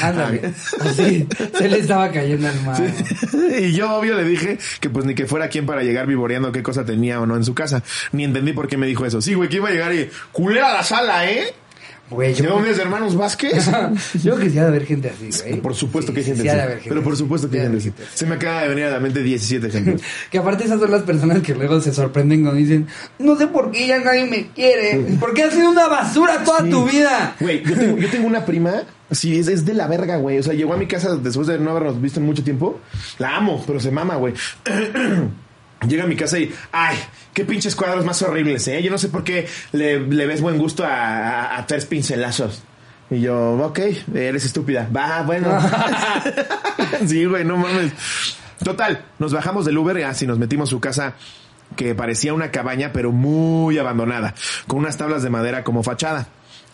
S1: Ándale. Así. Se le estaba cayendo al mago.
S2: y yo obvio le dije que pues ni que fuera quien para llegar vivoreando qué cosa tenía o no en su casa. Ni entendí por qué me dijo eso. Sí, güey, que iba a llegar y culera la sala, ¿eh?
S1: Güey,
S2: ¿De
S1: yo,
S2: dónde es, hermanos Vázquez?
S1: yo creo que sí ha de haber gente así, güey.
S2: Por supuesto
S1: Sí,
S2: que hay
S1: sí,
S2: gente
S1: sí ha
S2: así.
S1: de haber gente
S2: Pero por
S1: así.
S2: supuesto que
S1: Sí
S2: hay
S1: ha de
S2: gente así.
S1: haber gente
S2: Se me acaba de venir a la mente 17 ejemplos.
S1: así. Que aparte esas son las personas que luego se sorprenden cuando dicen, no sé por qué ya nadie me
S2: Mm.
S1: quiere. ¿Por qué has sido una basura toda tu vida?
S2: Güey, yo tengo, yo tengo una prima, sí, es, es de la verga, güey. O sea, llegó a mi casa después de no habernos visto en mucho tiempo. La amo, pero se mama, güey. Llega a mi casa y, ay, qué pinches cuadros más horribles, ¿eh? Yo no sé por qué le, le ves buen gusto a, a- a tres pincelazos. Y yo, ok, eres estúpida. Va, bueno. sí, güey, no mames. Total, nos bajamos del Uber y así nos metimos a su casa que parecía una cabaña pero muy abandonada, con unas tablas de madera como fachada,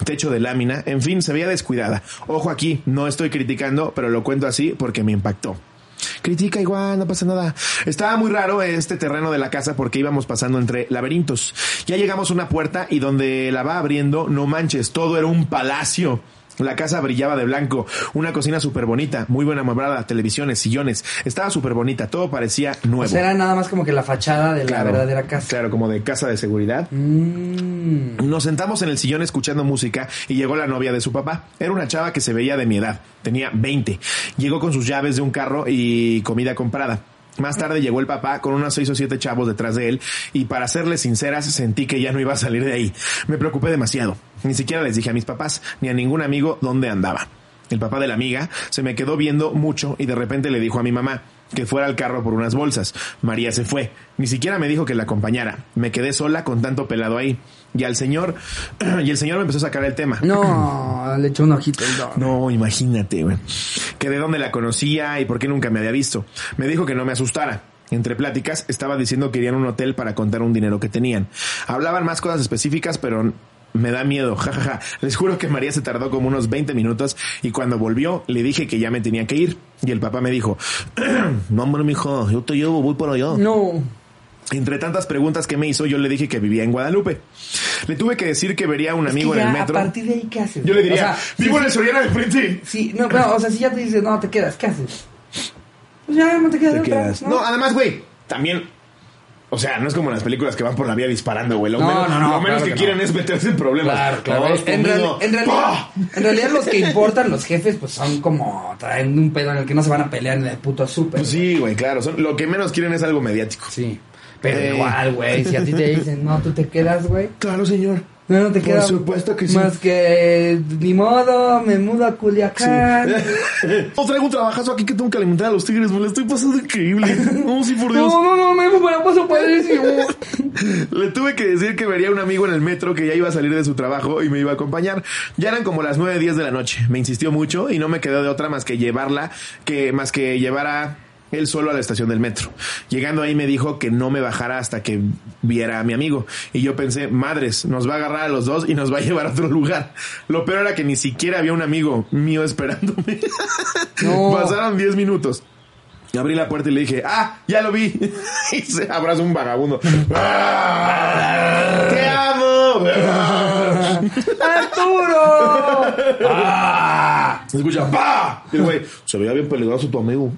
S2: techo de lámina, en fin, se veía descuidada. Ojo aquí, no estoy criticando, pero lo cuento así porque me impactó. Critica igual, no pasa nada. Estaba muy raro este terreno de la casa porque íbamos pasando entre laberintos. Ya llegamos a una puerta y donde la va abriendo, no manches, todo era un palacio. La casa brillaba de blanco, una cocina súper bonita, muy buena amueblada, televisiones, sillones, estaba súper bonita, todo parecía nuevo.
S1: O sea, Pues era nada más como que la fachada de la verdadera casa.
S2: Claro, como de casa de seguridad.
S1: Mm.
S2: Nos sentamos en el sillón escuchando música y llegó la novia de su papá. Era una chava que se veía de mi edad, tenía 20. Llegó con sus llaves de un carro y comida comprada. Más tarde llegó el papá con unos seis o siete chavos detrás de él y para serles sinceras sentí que ya no iba a salir de ahí. Me preocupé demasiado. Ni siquiera les dije a mis papás ni a ningún amigo dónde andaba. El papá de la amiga se me quedó viendo mucho y de repente le dijo a mi mamá que fuera al carro por unas bolsas. María se fue. Ni siquiera me dijo que la acompañara. Me quedé sola con tanto pelado ahí. Y al señor, y el señor me empezó a sacar el tema.
S1: No, le echó un ojito el don.
S2: No, imagínate, güey. Que de dónde la conocía y por qué nunca me había visto. Me dijo que no me asustara. Entre pláticas, estaba diciendo que irían a un hotel para contar un dinero que tenían. Hablaban más cosas específicas, pero me da miedo, jajaja. Les juro que María se tardó como unos 20 minutos y cuando volvió le dije que ya me tenía que ir. Y el papá me dijo, no, hombre, mijo, yo te llevo, voy por allá.
S1: No.
S2: Entre tantas preguntas que me hizo, yo le dije que vivía en Guadalupe. Le tuve que decir que vería a un amigo
S1: ya,
S2: en el metro.
S1: A partir de ahí, ¿qué haces?
S2: Yo le
S1: güey?
S2: diría,
S1: O sea,
S2: vivo en el Soriana del Frente.
S1: Sí, no, pero, o sea, si ya te dices, no, te quedas, ¿qué haces? Pues ya, no te quedas.
S2: Te
S1: de otra,
S2: quedas. No, además, güey, también. O sea, no es como en las películas que van por la vía disparando, güey. Lo
S1: No,
S2: menos,
S1: no, no,
S2: lo menos
S1: claro
S2: que,
S1: que
S2: quieren
S1: no.
S2: es meterse en problemas.
S1: Claro, claro.
S2: Vamos
S1: En,
S2: conmigo.
S1: real- en realidad,
S2: ¡Pah!
S1: en realidad los que importan, los jefes, pues son como traen un pedo en el que no se van a pelear en el puto súper.
S2: Pues sí, güey, claro. son- lo que menos quieren es algo mediático.
S1: Sí. Pero
S2: Eh.
S1: igual, güey, si a ti te dicen, no, tú te quedas, güey.
S2: Claro, señor.
S1: No, no te
S2: Por
S1: quedas.
S2: supuesto que sí.
S1: Más que, ni modo, me mudo a Culiacán.
S2: Os Eh, traigo un trabajazo aquí que tengo que alimentar a los tigres, me la estoy pasando increíble. No, sí, por Dios.
S1: No, no, no, me me la paso padrísimo.
S2: Le tuve que decir que vería a un amigo en el metro que ya iba a salir de su trabajo y me iba a acompañar. Ya eran como las 9, 10 de la noche. Me insistió mucho y no me quedó de otra más que llevarla, que más que llevara él solo a la estación del metro. Llegando ahí me dijo que no me bajara hasta que viera a mi amigo. Y yo pensé, madres, nos va a agarrar a los dos y nos va a llevar a otro lugar. Lo peor era que ni siquiera había un amigo mío esperándome.
S1: No.
S2: Pasaron 10 minutos. Y Abrí la puerta y le dije, ah, ya lo vi. y se abraza un vagabundo. ¡Ah! ¡Te amo!
S1: ¡Arturo!
S2: se escucha, ¡pa! Y el güey, se veía bien peligroso tu amigo.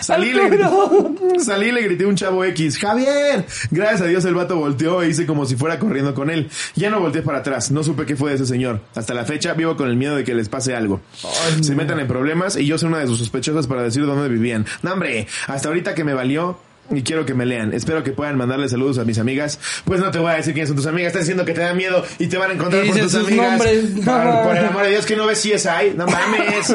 S2: salí, y le,
S1: ¡Arturo!
S2: salí y le grité a un chavo X, ¡Javier! Gracias a Dios el vato volteó e hice como si fuera corriendo con él. Ya no volteé para atrás, no supe qué fue de ese señor. Hasta la fecha vivo con el miedo de que les pase algo. se metan en problemas y yo soy una de sus sospechosas para decir dónde vivían. No, hombre, hasta ahorita que me valió y quiero que me lean. Espero que puedan mandarle saludos a mis amigas. Pues no te voy a decir quiénes son tus amigas. Estás diciendo que te da miedo y te van a encontrar
S1: Y
S2: por
S1: dices
S2: tus
S1: sus
S2: amigas.
S1: nombres. No.
S2: Por, por el amor de Dios, que no ves si es ahí. No mames.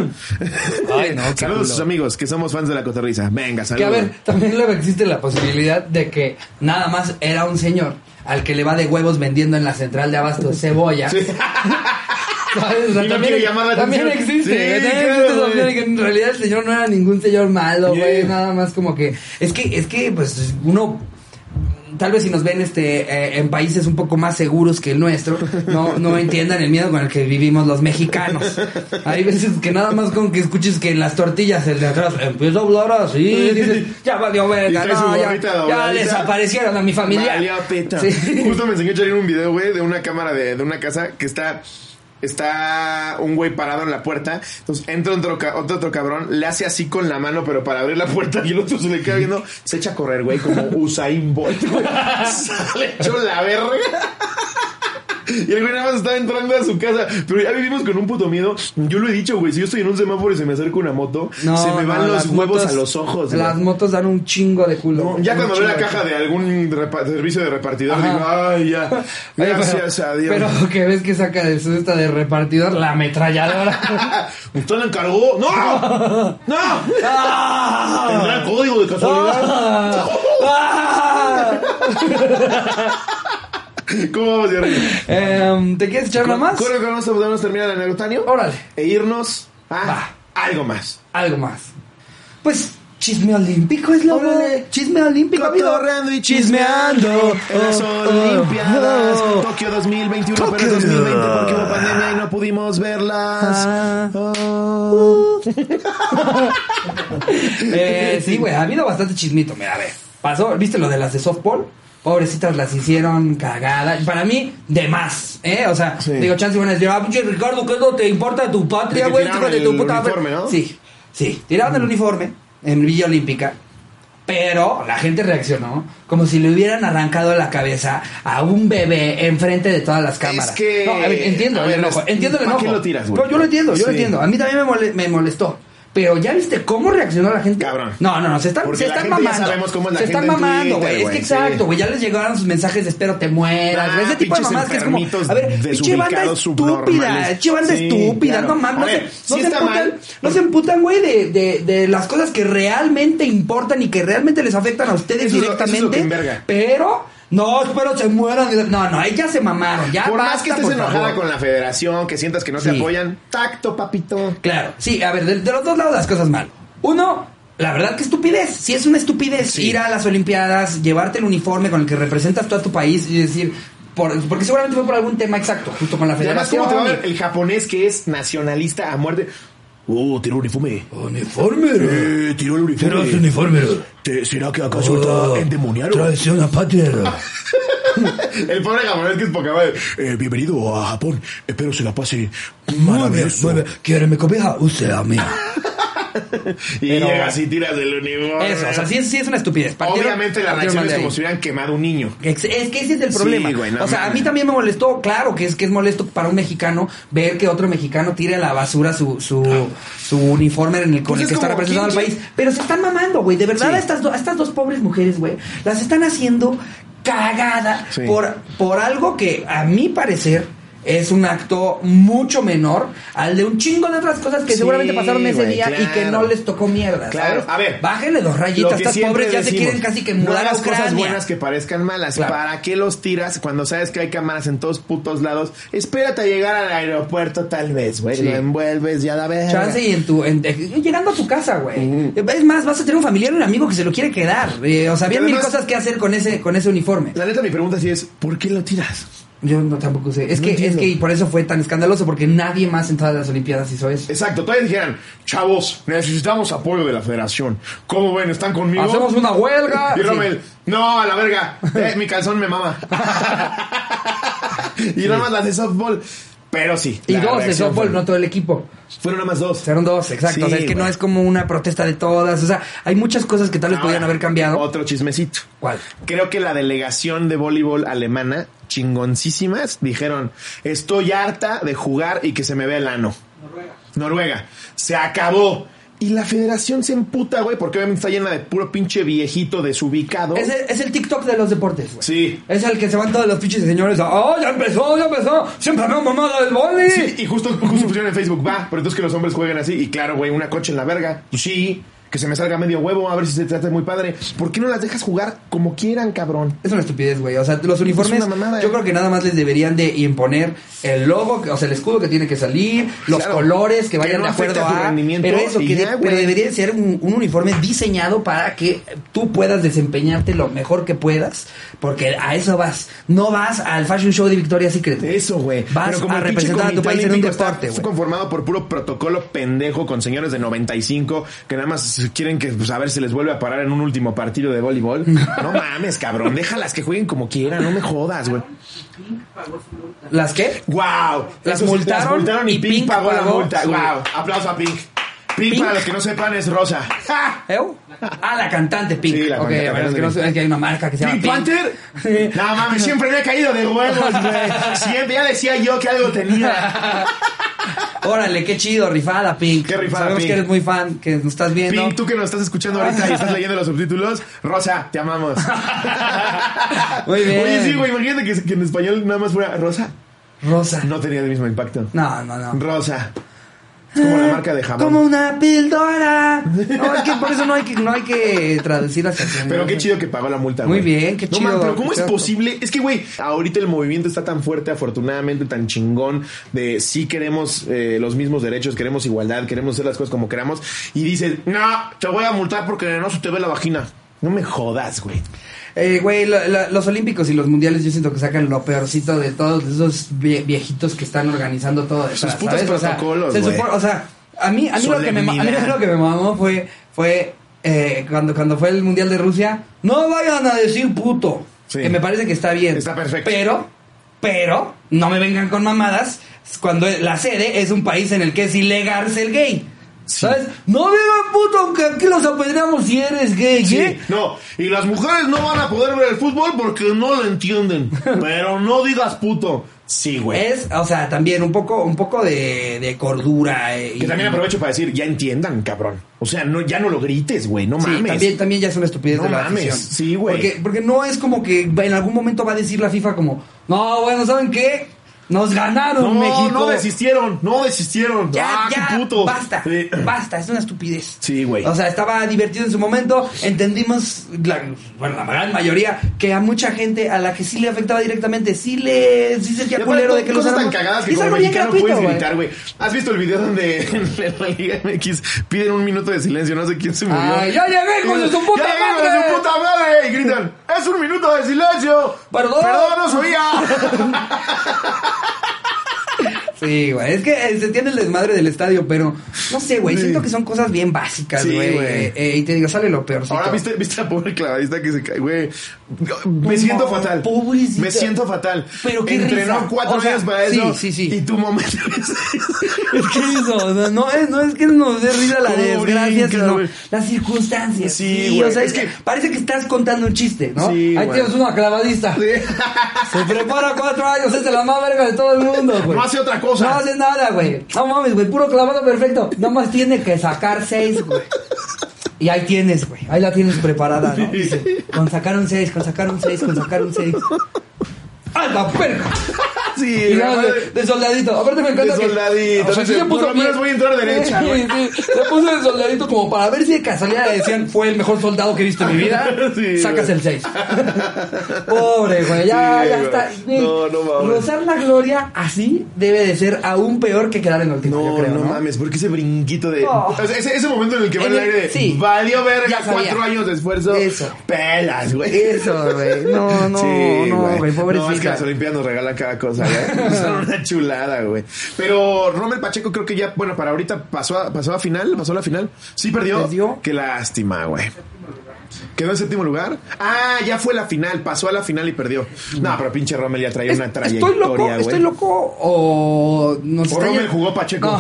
S1: Ay, no, qué
S2: saludos a sus
S1: culo.
S2: amigos, que somos fans de la cotorriza. Venga,
S1: Que a
S2: saludos.
S1: ver, también luego existe la posibilidad de que nada más era un señor al que le va de huevos vendiendo en la central de abasto cebolla.
S2: Sí.
S1: ¿Sabes? O sea,
S2: Y no
S1: también,
S2: quiere llamar la
S1: también
S2: atención.
S1: existe.
S2: Sí,
S1: también existe
S2: claro,
S1: esa
S2: güey.
S1: opción de que en realidad el señor no era ningún señor malo, güey.
S2: Yeah.
S1: Nada más como que. Es que, es que, pues, uno. Tal vez si nos ven este eh, en países un poco más seguros que el nuestro, no, no entiendan el miedo con el que vivimos los mexicanos. Hay veces que nada más con que escuches que en las tortillas el de atrás empieza a hablar así, dices, ya valió verga,
S2: Y trae su
S1: no, ya,
S2: gorrita
S1: ya
S2: dobladita.
S1: desaparecieron a mi familia.
S2: Valió pito.
S1: Sí.
S2: Justo me enseñó Charly un video, güey, de una cámara de, de una casa que está. Está un güey parado en la puerta. Entonces entra otro, ca- otro, otro cabrón, le hace así con la mano, pero para abrir la puerta y el otro se le queda viendo. Se echa a correr, güey, como Usain Bolt, güey. Sale hecho la verga. Y el güey nada más estaba entrando a su casa. Pero ya vivimos con un puto miedo. Yo lo he dicho, güey. Si yo estoy en un semáforo y se me acerca una moto,
S1: No,
S2: se me
S1: no,
S2: van los
S1: las
S2: huevos
S1: motos-
S2: a los ojos. güey.
S1: Las motos dan un chingo de culo.
S2: No,
S1: güey.
S2: ya
S1: Un
S2: cuando veo la
S1: chingo de
S2: caja
S1: culo.
S2: de algún repa- servicio de repartidor,
S1: Ajá.
S2: digo, ay, ya.
S1: Oye, pero-
S2: Gracias a Dios.
S1: Pero que ves que saca de su esta de repartidor la ametralladora.
S2: Ah, ¿Usted la encargó? ¡No! ¡No! ¿Tendrá el código de casualidad?
S1: ¡Ah!
S2: ¿Cómo vamos, Jerry?
S1: Em, ¿Te quieres echar una Ah. más?
S2: Creo que vamos a podemos terminar el agrotanio
S1: Órale,
S2: e irnos a
S1: Va.
S2: algo más.
S1: algo más. Pues chisme olímpico es lo
S2: Órale.
S1: de chisme olímpico. amigo.
S2: Cotorreando y chismeando en las
S1: Oh, oh,
S2: Olimpiadas.
S1: oh.
S2: Tokio 2021, pero
S1: Tokio.
S2: es 2020 porque hubo pandemia y no pudimos verlas.
S1: Ah. Uh.
S2: Oh.
S1: Eh, sí, güey, ha habido bastante chismito. Mira, a ver, pasó, ¿viste lo de las de softball? Pobrecitas las hicieron cagada. Para mí, de más, ¿eh? O sea,
S2: Sí.
S1: digo, chance van a decir, ah, pinche Ricardo, ¿qué es lo que te importa de tu patria,
S2: De que
S1: güey?
S2: tiraron
S1: Hijo de tu
S2: el
S1: puta madre.
S2: uniforme, ¿no?
S1: Sí, sí, tiraron el uniforme en Villa Olímpica. Pero la gente reaccionó como si le hubieran arrancado la cabeza a un bebé enfrente de todas las cámaras.
S2: que-
S1: No, a ver, entiendo
S2: a
S1: el
S2: ver,
S1: enojo,
S2: es-
S1: entiendo el
S2: ¿pa'
S1: enojo.
S2: qué lo tiras, güey?
S1: No, yo lo entiendo, yo lo
S2: Sí.
S1: entiendo. A mí también me, mole- me molestó. Pero ya viste cómo reaccionó la gente.
S2: Cabrón.
S1: No, no, no, se están,
S2: Porque
S1: se
S2: la
S1: están
S2: gente ya
S1: mamando.
S2: sabemos cómo es la
S1: se
S2: gente
S1: están
S2: en
S1: mamando,
S2: Twitter,
S1: güey. Es que
S2: güey,
S1: exacto,
S2: sí.
S1: güey. Ya les llegaron sus mensajes de espero te mueras.
S2: Ah,
S1: güey, ese tipo de
S2: pinches
S1: mamadas que es como.
S2: enfermitos
S1: A ver, pinche banda
S2: desubicados,
S1: estúpida.
S2: subnormales.
S1: Pinche banda
S2: Sí,
S1: estúpida.
S2: claro.
S1: No mames.
S2: A
S1: No, se-
S2: ver,
S1: no
S2: sí
S1: se
S2: está
S1: emputan,
S2: mal.
S1: no se emputan, güey, de, de, de las cosas que realmente importan y que realmente les afectan a ustedes
S2: Eso es lo- eso es lo
S1: directamente.
S2: que enverga.
S1: pero. No, espero se mueran. No, no, ellas se mamaron. Ya
S2: Por más
S1: basta,
S2: que estés
S1: por
S2: enojada
S1: favor.
S2: con la federación, que sientas que no te
S1: Sí.
S2: apoyan, tacto, papito.
S1: Claro, sí, a ver, de, de los dos lados las cosas mal. Uno, la verdad que estupidez. Si es una estupidez
S2: Sí.
S1: ir a las Olimpiadas, llevarte el uniforme con el que representas tú a tu país y decir, por- porque seguramente fue por algún tema exacto, justo con la
S2: Y además,
S1: federación.
S2: ¿cómo te va a ver el japonés que es nacionalista a muerte? Oh, tiró uniforme.
S1: Uh, Uniforme,
S2: Eh, tiró el uniforme.
S1: uniforme. Oh,
S2: Te- ¿Será que acaso está endemoniado?
S1: Traición a patria.
S2: El pobre japonés que es poca madre. Eh, bienvenido a Japón. Espero se la pase maravilloso.
S1: Quiere mi cobija, usted a mí.
S2: Y
S1: Pero-
S2: llegas y tiras del uniforme.
S1: Eso, o sea, sí, es- sí es una estupidez. Partieron-
S2: Obviamente la
S1: partieron
S2: reacción
S1: mal
S2: es
S1: de
S2: como
S1: ahí.
S2: si hubieran quemado un niño.
S1: Ex- Es que ese es el
S2: Sí,
S1: problema.
S2: güey, no
S1: o sea, a
S2: mames.
S1: mí también me molestó, claro que es que es molesto para un mexicano ver que otro mexicano tire a la basura su, su, su uniforme en el, con
S2: Ah. Pues
S1: el
S2: es
S1: que está
S2: como,
S1: representando al
S2: ¿quién-
S1: país. Pero se están mamando, güey. De verdad,
S2: Sí.
S1: a, estas do- a estas dos pobres mujeres, güey, las están haciendo cagada
S2: Sí.
S1: por, por algo que, a mi parecer, es un acto mucho menor al de un chingo de otras cosas que
S2: Sí,
S1: seguramente pasaron ese
S2: güey,
S1: día y que
S2: claro.
S1: no les tocó mierda.
S2: Claro,
S1: ¿sabes?
S2: a ver.
S1: Bájenle dos
S2: Lo
S1: rayitas.
S2: que
S1: Estas
S2: siempre
S1: pobres ya se
S2: decimos,
S1: quieren casi que mudar
S2: no
S1: a
S2: hagas
S1: Ucrania.
S2: cosas buenas que parezcan malas.
S1: Claro.
S2: ¿Para qué los tiras cuando sabes que hay cámaras en todos putos lados? Espérate a llegar al aeropuerto tal vez, güey.
S1: Sí.
S2: Lo envuelves ya la vez.
S1: Chance y en tu. en- eh, llegando a tu casa, güey. Es más, vas a tener un familiar o un amigo que se lo quiere quedar. Eh, o sea, había
S2: Pero
S1: mil
S2: además-
S1: cosas que hacer con ese, con ese uniforme.
S2: La neta, mi pregunta sí es, ¿por qué lo tiras?
S1: Yo no tampoco sé. Es
S2: No
S1: que, es
S2: entiendo.
S1: que y por eso fue tan escandaloso, porque nadie más en todas las Olimpiadas hizo eso.
S2: Exacto, todavía dijeran, chavos, necesitamos apoyo de la federación. ¿Cómo ven? ¿Están conmigo?
S1: Hacemos una huelga.
S2: Y
S1: Sí.
S2: Rommel, no, a la verga, eh, mi calzón me mama. y nada más las de softball. Pero sí.
S1: Y
S2: la
S1: dos de
S2: reacción
S1: softball,
S2: fue-
S1: no todo el equipo.
S2: Fueron nada más dos.
S1: Fueron dos, exacto.
S2: Sí,
S1: o sea, es que
S2: güey.
S1: no es como una protesta de todas. O sea, hay muchas cosas que tal vez
S2: Ahora,
S1: podían haber cambiado.
S2: Otro chismecito.
S1: ¿Cuál?
S2: Creo que la delegación de voleibol alemana, chingoncísimas, dijeron, estoy harta de jugar y que se me vea el ano. Noruega. Se acabó. Y la federación se emputa, güey, porque obviamente está llena de puro pinche viejito desubicado.
S1: Es el, es el TikTok de los deportes, güey.
S2: Sí.
S1: Es el que se van todos los pinches señores. a, ¡Oh, ya empezó, ya empezó! ¡Siempre me han mamado el boli!
S2: Sí, y justo, justo pusieron en Facebook, va, pero entonces que los hombres jueguen así. Y claro, güey, una coche en la verga. Pues sí, que se me salga medio huevo, a ver si se trata muy padre. ¿Por qué no las dejas jugar como quieran, cabrón?
S1: Es una estupidez, güey. O sea, los uniformes,
S2: una mamada,
S1: yo
S2: eh.
S1: creo que nada más les deberían de imponer el logo, que- o sea, el escudo que tiene que salir, los
S2: Claro.
S1: colores que vayan
S2: Que no
S1: de acuerdo
S2: afecte a tu
S1: a.
S2: rendimiento
S1: Pero eso,
S2: y
S1: que de-
S2: ya, güey.
S1: pero debería ser un, un uniforme diseñado para que tú puedas desempeñarte lo mejor que puedas, porque a eso vas. No vas al fashion show de Victoria Secret.
S2: Eso, güey.
S1: Vas a
S2: el pinche
S1: representar a tu
S2: comité
S1: país en un
S2: olímpico está
S1: deporte, güey.
S2: conformado por puro protocolo pendejo con señores de 95 que nada más quieren que, pues, a ver, se les vuelve a parar en un último partido de voleibol. No mames, cabrón. Déjalas que jueguen como quieran. No me jodas, güey.
S1: ¿Las qué?
S2: ¡Wow!
S1: Las
S2: Eso sí,
S1: multaron
S2: multaron y,
S1: y
S2: Pink,
S1: Pink
S2: pagó, la
S1: pagó
S2: multa.
S1: su-
S2: ¡Wow! Aplauso a Pink. Pink.
S1: Pink.
S2: para los que no sepan, es rosa. ¡Ja!
S1: ¿Eh? Ah, la cantante Pink.
S2: Sí, la
S1: Ok,
S2: cantante
S1: a ver, es que, no
S2: Pink.
S1: sé- es que hay una marca que se llama
S2: ¿Pink Panther? No mames, siempre me he caído de huevos, güey. Siempre, ya decía yo que algo tenía.
S1: Órale, qué chido, rifada Pink.
S2: Qué rifada,
S1: Sabemos
S2: Pink.
S1: que eres muy fan, que nos estás viendo.
S2: Pink, tú que nos estás escuchando ahorita y estás leyendo los subtítulos, Rosa, te amamos.
S1: Muy bien.
S2: Oye, sí, güey, imagínate que, que en español nada más fuera Rosa.
S1: Rosa.
S2: No tenía el mismo impacto.
S1: No, no, no. Ah,
S2: Rosa. Es como la marca de jabón.
S1: Eh, Como una píldora. No, es que por eso no hay que, no hay que traducir las canciones.
S2: Pero qué chido que pagó la multa,
S1: Muy
S2: güey.
S1: bien, qué
S2: No,
S1: chido,
S2: man, pero ¿cómo
S1: qué
S2: es
S1: chido.
S2: posible? Es que, güey, ahorita el movimiento está tan fuerte, afortunadamente, tan chingón, de sí queremos eh, los mismos derechos, queremos igualdad, queremos hacer las cosas como queramos, y dices, no, te voy a multar porque no se te ve la vagina. No me jodas, güey.
S1: Eh, Güey, lo- lo- los olímpicos y los mundiales yo siento que sacan lo peorcito de todos esos vie- viejitos que están organizando todo.
S2: Sus
S1: detrás,
S2: putos
S1: ¿sabes? O sea,
S2: protocolos,
S1: se
S2: güey.
S1: supo- O sea, a mí, a mí, lo, que me, ma- a mí
S2: Solemnidad.
S1: lo que me mamó fue, fue eh, cuando, cuando fue el mundial de Rusia, no vayan a decir puto.
S2: Sí.
S1: Que me parece que está bien.
S2: Está perfecto.
S1: Pero, pero, no me vengan con mamadas cuando la sede es un país en el que es ilegal ser gay. ¿Sabes? No digas puto, aunque aquí los apedreamos si eres gay,
S2: Sí,
S1: ¿eh?
S2: no. Y las mujeres no van a poder ver el fútbol porque no lo entienden. Pero no digas puto. Sí, güey.
S1: Es, o sea, también un poco, un poco de, de cordura. eh,
S2: Que
S1: y-
S2: también aprovecho para decir, ya entiendan, cabrón. O sea, no, ya no lo grites, güey, no
S1: Sí,
S2: mames.
S1: también, también ya es una estupidez
S2: No
S1: de la
S2: mames,
S1: afición.
S2: sí, güey.
S1: Porque, porque no es como que va- en algún momento va a decir la FIFA como, no, bueno, ¿saben qué? Nos
S2: No,
S1: ganaron México.
S2: no desistieron, no desistieron.
S1: Ya,
S2: ah,
S1: ya,
S2: qué puto.
S1: basta,
S2: Sí.
S1: basta, es una estupidez.
S2: Sí, güey.
S1: O sea, estaba divertido en su momento, entendimos, la, bueno, la gran mayoría, que a mucha gente a la que sí le afectaba directamente, sí le, sí
S2: Y
S1: sentía
S2: aparte,
S1: culero de que los
S2: cosas tan
S1: armas-
S2: cagadas
S1: Y
S2: que
S1: es
S2: como
S1: algo bien
S2: mexicano
S1: gratuito,
S2: puedes
S1: güey.
S2: gritar, güey. ¿Has visto el video donde en la Liga MX piden un minuto de silencio? No sé quién se murió.
S1: Ay, ya llegué, hijos de su puta
S2: ¡Ya llegué, hijos de
S1: madre!
S2: su puta madre! Y gritan, ¡es un minuto de silencio!
S1: Perdón.
S2: ¡Perdón, no sabía!
S1: Sí, güey. Es que eh, se entiende el desmadre del estadio, pero no sé, güey.
S2: Sí.
S1: Siento que son cosas bien básicas,
S2: Sí,
S1: güey.
S2: güey.
S1: Eh, eh, y te digo, sale lo peor.
S2: Ahora viste, viste a pobre clavadista que se cae, güey. Me siento fatal.
S1: pobrecita.
S2: Me siento fatal.
S1: Pero qué
S2: Entrenó
S1: risa.
S2: cuatro
S1: O sea,
S2: años para
S1: sí,
S2: eso.
S1: sí, sí.
S2: Y tu momento
S1: Es que eso, o sea, no es, no es que nos dé risa la
S2: Cómo
S1: desgracia,
S2: brinca,
S1: sino
S2: güey.
S1: las circunstancias.
S2: Sí, güey.
S1: o sea,
S2: Es
S1: es
S2: que-
S1: que parece que estás contando un chiste, ¿no?
S2: Sí,
S1: Ahí
S2: güey.
S1: tienes una clavadista. Se prepara cuatro años, es de la más verga de todo el mundo, güey.
S2: No hace otra cosa.
S1: No hace nada, güey. No mames, güey, puro clavado perfecto. Nada más tiene que sacar seis, güey. Y ahí tienes, güey. Ahí la tienes preparada, ¿no? Dice, con sacar un seis, con sacar un seis, con sacar un seis. ¡A la perra!
S2: sí,
S1: Y
S2: la
S1: nada,
S2: madre.
S1: de, de soldadito. Aparte me encanta
S2: De
S1: que-
S2: soldadito.
S1: O sea, sí
S2: Dice,
S1: le puso
S2: por lo menos
S1: bien-
S2: voy a entrar derecha,
S1: Sí,
S2: güey.
S1: sí. Le puso de soldadito como para ver si de casualidad le decían fue el mejor soldado que he visto en mi vida.
S2: Sí,
S1: Sacas
S2: güey.
S1: el 6. Pobre, güey. Ya,
S2: Sí,
S1: ya
S2: güey.
S1: está. Güey,
S2: No, no mames.
S1: Rozar la gloria así debe de ser aún peor que quedar en último,
S2: No,
S1: yo creo,
S2: no,
S1: ¿no?
S2: mames, porque ese brinquito de.
S1: Oh.
S2: O sea, ese, ese momento en el que va
S1: En
S2: el
S1: el-
S2: aire de.
S1: sí.
S2: Valió verga
S1: Ya sabía.
S2: cuatro años de esfuerzo.
S1: Eso.
S2: Pelas, güey.
S1: Eso, güey. No, no,
S2: Sí,
S1: no, güey. Pobrecita.
S2: No, es que las Olimpiadas nos regalan cada cosa, güey. Son una chulada, güey. Pero Romel Pacheco creo que ya, bueno, para ahorita pasó a, pasó a final, pasó a la final. Sí perdió.
S1: ¿Perdió?
S2: Qué lástima, güey. Quedó en séptimo lugar. Ah, ya fue la final, pasó a la final y perdió. No, pero pinche Rommel ya traía
S1: Es-
S2: una trayectoria,
S1: estoy loco,
S2: güey.
S1: estoy loco o nos
S2: O Rommel
S1: yen-
S2: jugó Pacheco.
S1: No,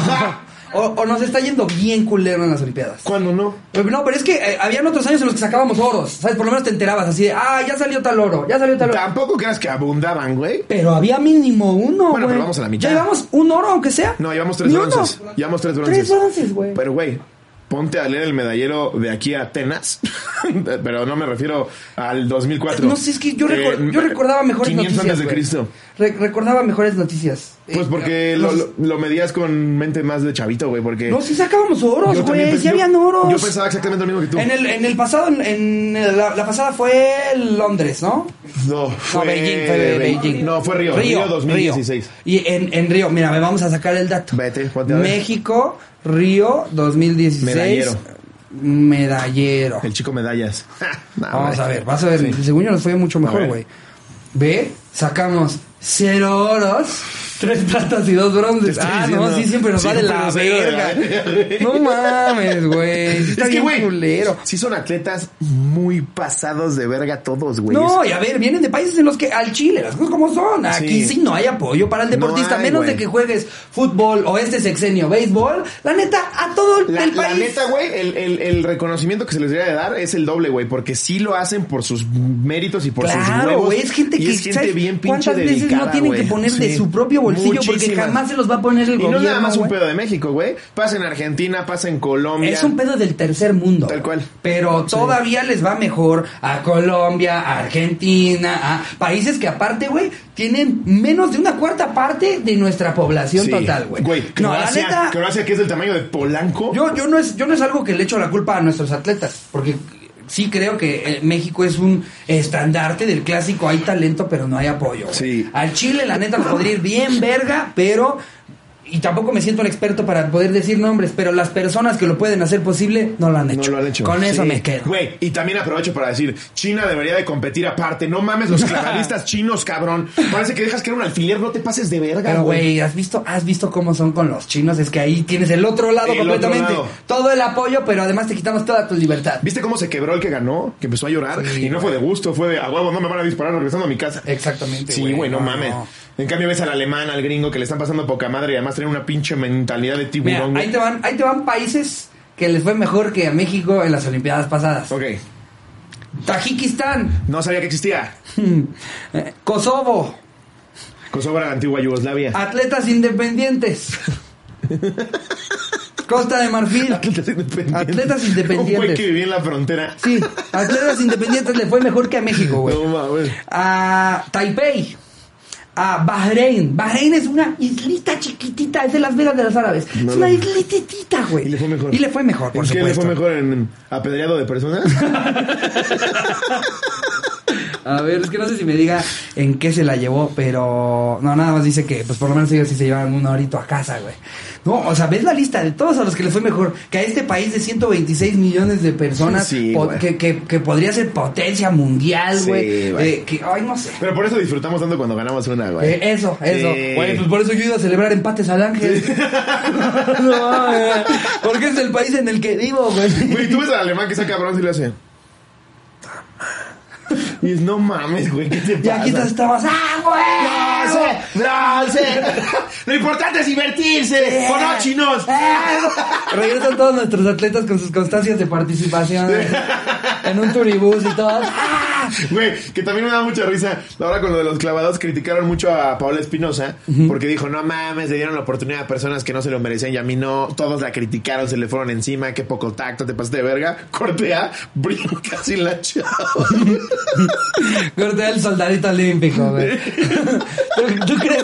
S1: o, o nos está yendo bien culero en las Olimpiadas.
S2: ¿Cuándo no?
S1: Pero No, pero es que eh, habían otros años en los que sacábamos oros, ¿sabes? Por lo menos te enterabas así de, ah, ya salió tal oro, ya salió tal oro.
S2: Tampoco creas que abundaban, güey.
S1: Pero había mínimo uno,
S2: Bueno, pero
S1: güey.
S2: vamos a la mitad.
S1: Ya llevamos un oro, aunque sea.
S2: No, llevamos tres
S1: Ni uno.
S2: bronces. Llevamos tres bronces.
S1: Tres bronces, güey.
S2: Pero, güey, ponte a leer el medallero de aquí a Atenas. Pero no me refiero al 2004.
S1: No sé, es que yo, recor-
S2: Eh,
S1: yo recordaba mejores
S2: 500
S1: noticias.
S2: antes de
S1: güey.
S2: Cristo.
S1: Re- recordaba mejores noticias. Eh,
S2: Pues porque lo,
S1: los-
S2: lo- lo medías con mente más de chavito, güey, porque...
S1: No, sí sacábamos
S2: Yo
S1: oros,
S2: también
S1: güey.
S2: pe-
S1: Sí
S2: yo-
S1: habían oros.
S2: Yo pensaba exactamente lo mismo que tú.
S1: En el, en el pasado, en, en la, la pasada fue Londres, ¿no?
S2: No, fue...
S1: no, Beijing, fue de Beijing.
S2: No, fue Río. Río, 2016.
S1: Río. Y en, en Río, mira, me vamos a sacar el dato.
S2: Vete, ponte a ver.
S1: México, Río 2016.
S2: Medallero.
S1: Medallero.
S2: El chico medallas. Nah,
S1: Vamos
S2: güey.
S1: a ver, vas a ver. Según yo nos fue mucho mejor,
S2: ver.
S1: güey. Ve, sacamos cero oros, tres platas y dos
S2: Te
S1: bronces.
S2: estoy
S1: Ah,
S2: diciendo,
S1: no, sí, siempre nos va de la
S2: nos ha ido de la
S1: verga. No mames, güey. Sí Está
S2: Es que,
S1: bien
S2: güey,
S1: culero.
S2: sí son atletas muy pasados de verga todos, güey.
S1: No, y a ver, vienen de países en los que al Chile, las cosas como son. Aquí
S2: Sí.
S1: sí, no hay apoyo para el deportista,
S2: hay,
S1: menos
S2: güey.
S1: de que juegues fútbol o este sexenio, béisbol. La neta, a todo el-
S2: La,
S1: el
S2: la
S1: país.
S2: neta, güey, el, el- el reconocimiento que se les debe de dar es el doble, güey, porque sí lo hacen por sus méritos y por sus
S1: Claro,
S2: huevos.
S1: güey, es gente
S2: y
S1: que
S2: es gente
S1: ¿sabes
S2: bien pinche
S1: ¿Cuántas veces
S2: dedicada,
S1: no tienen
S2: güey?
S1: que poner
S2: Sí.
S1: de su propio bolsillo porque
S2: Muchísimas.
S1: jamás se los va a poner el
S2: Y
S1: gobierno?
S2: no nada más un
S1: güey?
S2: pedo de México, güey. Pasa en Argentina, pasa en Colombia.
S1: Es un pedo del tercer mundo.
S2: Tal cual.
S1: Pero todavía les va mejor a Colombia, a Argentina, a países que aparte, güey, tienen menos de una cuarta parte de nuestra población
S2: Sí.
S1: total, güey.
S2: Güey,
S1: no, la
S2: Croacia,
S1: neta,
S2: Croacia, que es del tamaño de Polanco.
S1: yo, yo, no es, yo no es algo que le echo la culpa a nuestros atletas, porque sí creo que eh, México es un estandarte del clásico, hay talento, pero no hay apoyo. güey.
S2: Sí.
S1: Al Chile, la neta, me podría ir bien verga, pero... Y tampoco me siento un experto para poder decir nombres, pero las personas que lo pueden hacer posible no lo han
S2: no
S1: hecho.
S2: lo han hecho.
S1: Con eso
S2: Sí.
S1: me quedo.
S2: Güey, y también aprovecho para decir, China debería de competir aparte. No mames, los clavadistas chinos, cabrón. Parece que dejas caer un alfiler, no te pases de verga,
S1: Pero,
S2: güey.
S1: güey, ¿has visto, has visto cómo son con los chinos. Es que ahí tienes el otro lado
S2: El otro
S1: completamente.
S2: lado.
S1: Todo el apoyo, pero además te quitamos toda tu libertad.
S2: ¿Viste cómo se quebró el que ganó? Que empezó a llorar.
S1: Sí,
S2: y no fue de gusto, fue de a huevo, no me van a disparar regresando a mi casa.
S1: Exactamente.
S2: Sí, güey, no, mames. En cambio ves al alemán, al gringo que le están pasando poca madre y además más tener una pinche mentalidad de
S1: Mira,
S2: tiburón.
S1: ahí
S2: güey.
S1: te, van, ahí te van países que les fue mejor que a México en las Olimpiadas pasadas.
S2: Ok,
S1: Tajikistán,
S2: no sabía que existía.
S1: eh, Kosovo,
S2: Kosovo era la antigua Yugoslavia.
S1: atletas independientes. Costa de Marfil.
S2: Atletas independientes.
S1: Atletas
S2: Un güey
S1: independientes.
S2: que vivía en la frontera.
S1: Sí, atletas independientes le fue mejor que a México, güey.
S2: No mames.
S1: a Taipei, a Bahrein. Bahrein es una islita chiquitita, es de las Vegas de los Árabes.
S2: No,
S1: es una
S2: no.
S1: islititita, güey.
S2: Y le fue mejor.
S1: Y le fue mejor, por
S2: ¿En qué le
S1: supuesto.
S2: fue mejor en apedreado de personas?
S1: A ver, es que no sé si me diga en qué se la llevó, pero no, nada más dice que, pues por lo menos ellos sí se llevan un horito a casa, güey. No, o sea, ves la lista de todos a los que le fue mejor, que a este país de 126 millones de personas,
S2: Sí,
S1: po-
S2: güey.
S1: que, que, que podría ser potencia mundial,
S2: Sí,
S1: güey.
S2: güey.
S1: eh, que, ay, no sé.
S2: Pero por eso disfrutamos tanto cuando ganamos una, güey.
S1: Eh, eso, eso.
S2: Sí.
S1: Güey, pues por eso yo he ido a celebrar empates al Ángel. No, güey, porque es el país en el que vivo, güey.
S2: Güey, tú ves al alemán que saca bronce y le hace. Y dices, no mames, güey, ¿qué te
S1: Y
S2: pasa?
S1: aquí estamos, ¡ah, güey!
S2: ¡Bronce! ¡Bronce! Lo importante es divertirse. ¡O no, chinos!
S1: Eh, Regresan todos nuestros atletas con sus constancias de participación en un turibús y todo. ¡Ah!
S2: Güey, que también me da mucha risa. Ahora con lo de los clavados criticaron mucho a Paola Espinosa porque dijo, no mames, le dieron la oportunidad a personas que no se lo merecían y a mí no. Todos la criticaron, se le fueron encima, qué poco tacto, te pasaste de verga. Corte A, brinca sin la chava.
S1: Corté el soldadito olímpico, güey. ¿Tú, tú crees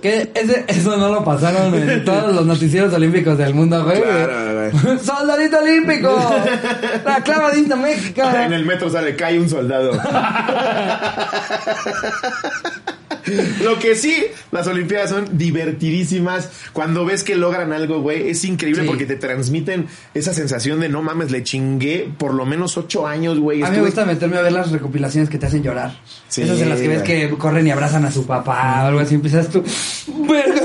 S1: que ese- eso no lo pasaron en todos los noticieros olímpicos del mundo, güey?
S2: Claro,
S1: ¡Soldadito olímpico! ¡La clavadita México!
S2: En el metro sale, cae un soldado. Lo que sí, las Olimpiadas son divertidísimas. Cuando ves que logran algo, güey, es increíble
S1: Sí.
S2: porque te transmiten esa sensación de no mames, le chingué por lo menos ocho años, güey.
S1: A mí me
S2: Estuve-
S1: gusta meterme a ver las recopilaciones que te hacen llorar.
S2: Sí,
S1: Esas en las que ves
S2: güey.
S1: que corren y abrazan a su papá o algo así. Empiezas tú, verga,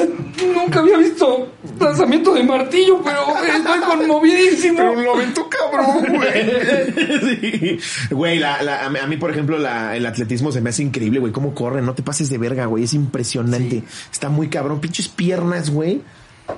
S1: nunca había visto lanzamiento de martillo, pero estoy
S2: Pero
S1: conmovidísimo.
S2: lo aventó cabrón, güey. Sí. Güey, la- la- a mí- a mí, por ejemplo, la- el atletismo se me hace increíble, güey. Cómo corren, no te pases de verga, güey. Es impresionante.
S1: Sí.
S2: Está muy cabrón. Pinches piernas, güey.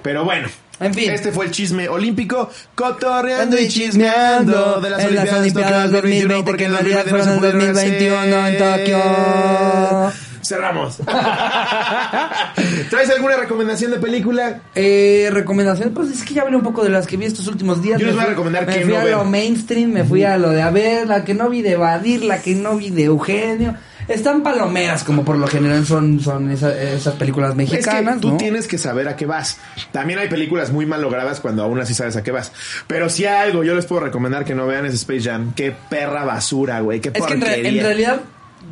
S2: Pero bueno.
S1: En fin.
S2: Este fue el chisme olímpico, cotorreando y
S1: y
S2: chismeando
S1: chismeando
S2: de las
S1: en las
S2: Olimpiadas,
S1: Olimpiadas
S2: Tokio
S1: 2020,
S2: 2021,
S1: que en
S2: porque
S1: realidad
S2: 2020 no se
S1: fueron
S2: pudieron
S1: 2021 en
S2: hacer.
S1: Tokio.
S2: Cerramos. ¿Traes alguna recomendación de película?
S1: Eh, recomendación, pues es que ya hablé un poco de las que vi estos últimos días.
S2: Yo les
S1: Me
S2: voy a
S1: fui-
S2: recomendar
S1: Me
S2: que
S1: fui
S2: no
S1: a
S2: vean.
S1: lo mainstream, me fui a lo de a ver, la que no vi de Evadir, la que no vi de Eugenio. Están palomeras, como por lo general son, son esa- esas películas
S2: Es
S1: mexicanas.
S2: que tú
S1: ¿no?
S2: tienes que saber a qué vas. También hay películas muy mal logradas cuando aún así sabes a qué vas. Pero si hay algo yo les puedo recomendar que no vean es Space Jam. Qué perra basura, güey. Qué
S1: Es que en, re-
S2: porquería.
S1: en realidad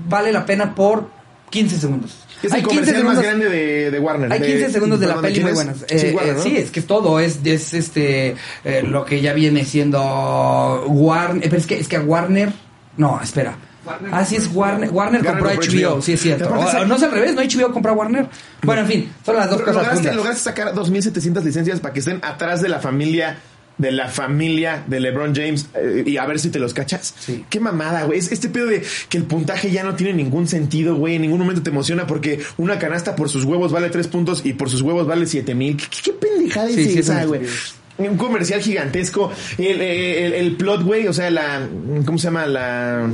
S1: vale la pena por 15 segundos.
S2: es el comercial más grande de, de Warner.
S1: Hay 15 segundos de la
S2: perdón,
S1: peli muy
S2: quién
S1: buenas.
S2: es?
S1: Eh,
S2: sí, Warner,
S1: eh,
S2: ¿no?
S1: sí, es que todo es, es este eh, lo que ya viene siendo Warner. eh, Pero es que, es que a Warner. No, espera. Ah, sí, es Warner. Warner, compró
S2: compró
S1: HBO,
S2: HBO.
S1: sí es
S2: Y
S1: cierto.
S2: aparte
S1: O-
S2: esa-
S1: no es al revés, no HBO compra Warner. Bueno, en fin, son las dos
S2: Pero
S1: cosas
S2: lograste,
S1: juntas.
S2: lograste sacar 2.700 licencias para que estén atrás de la familia de la familia de LeBron James eh, y a ver si te los cachas.
S1: Sí.
S2: Qué mamada, güey. Es este pedo de que el puntaje ya no tiene ningún sentido, güey. En ningún momento te emociona porque una canasta por sus huevos vale 3 puntos y por sus huevos vale 7.000. ¿Qué, qué- qué pendejada
S1: Sí,
S2: es
S1: sí, es
S2: esa,
S1: una
S2: güey?
S1: estupidez.
S2: Un comercial gigantesco. El, eh, el- el plot, güey. O sea, la... ¿Cómo se llama? La...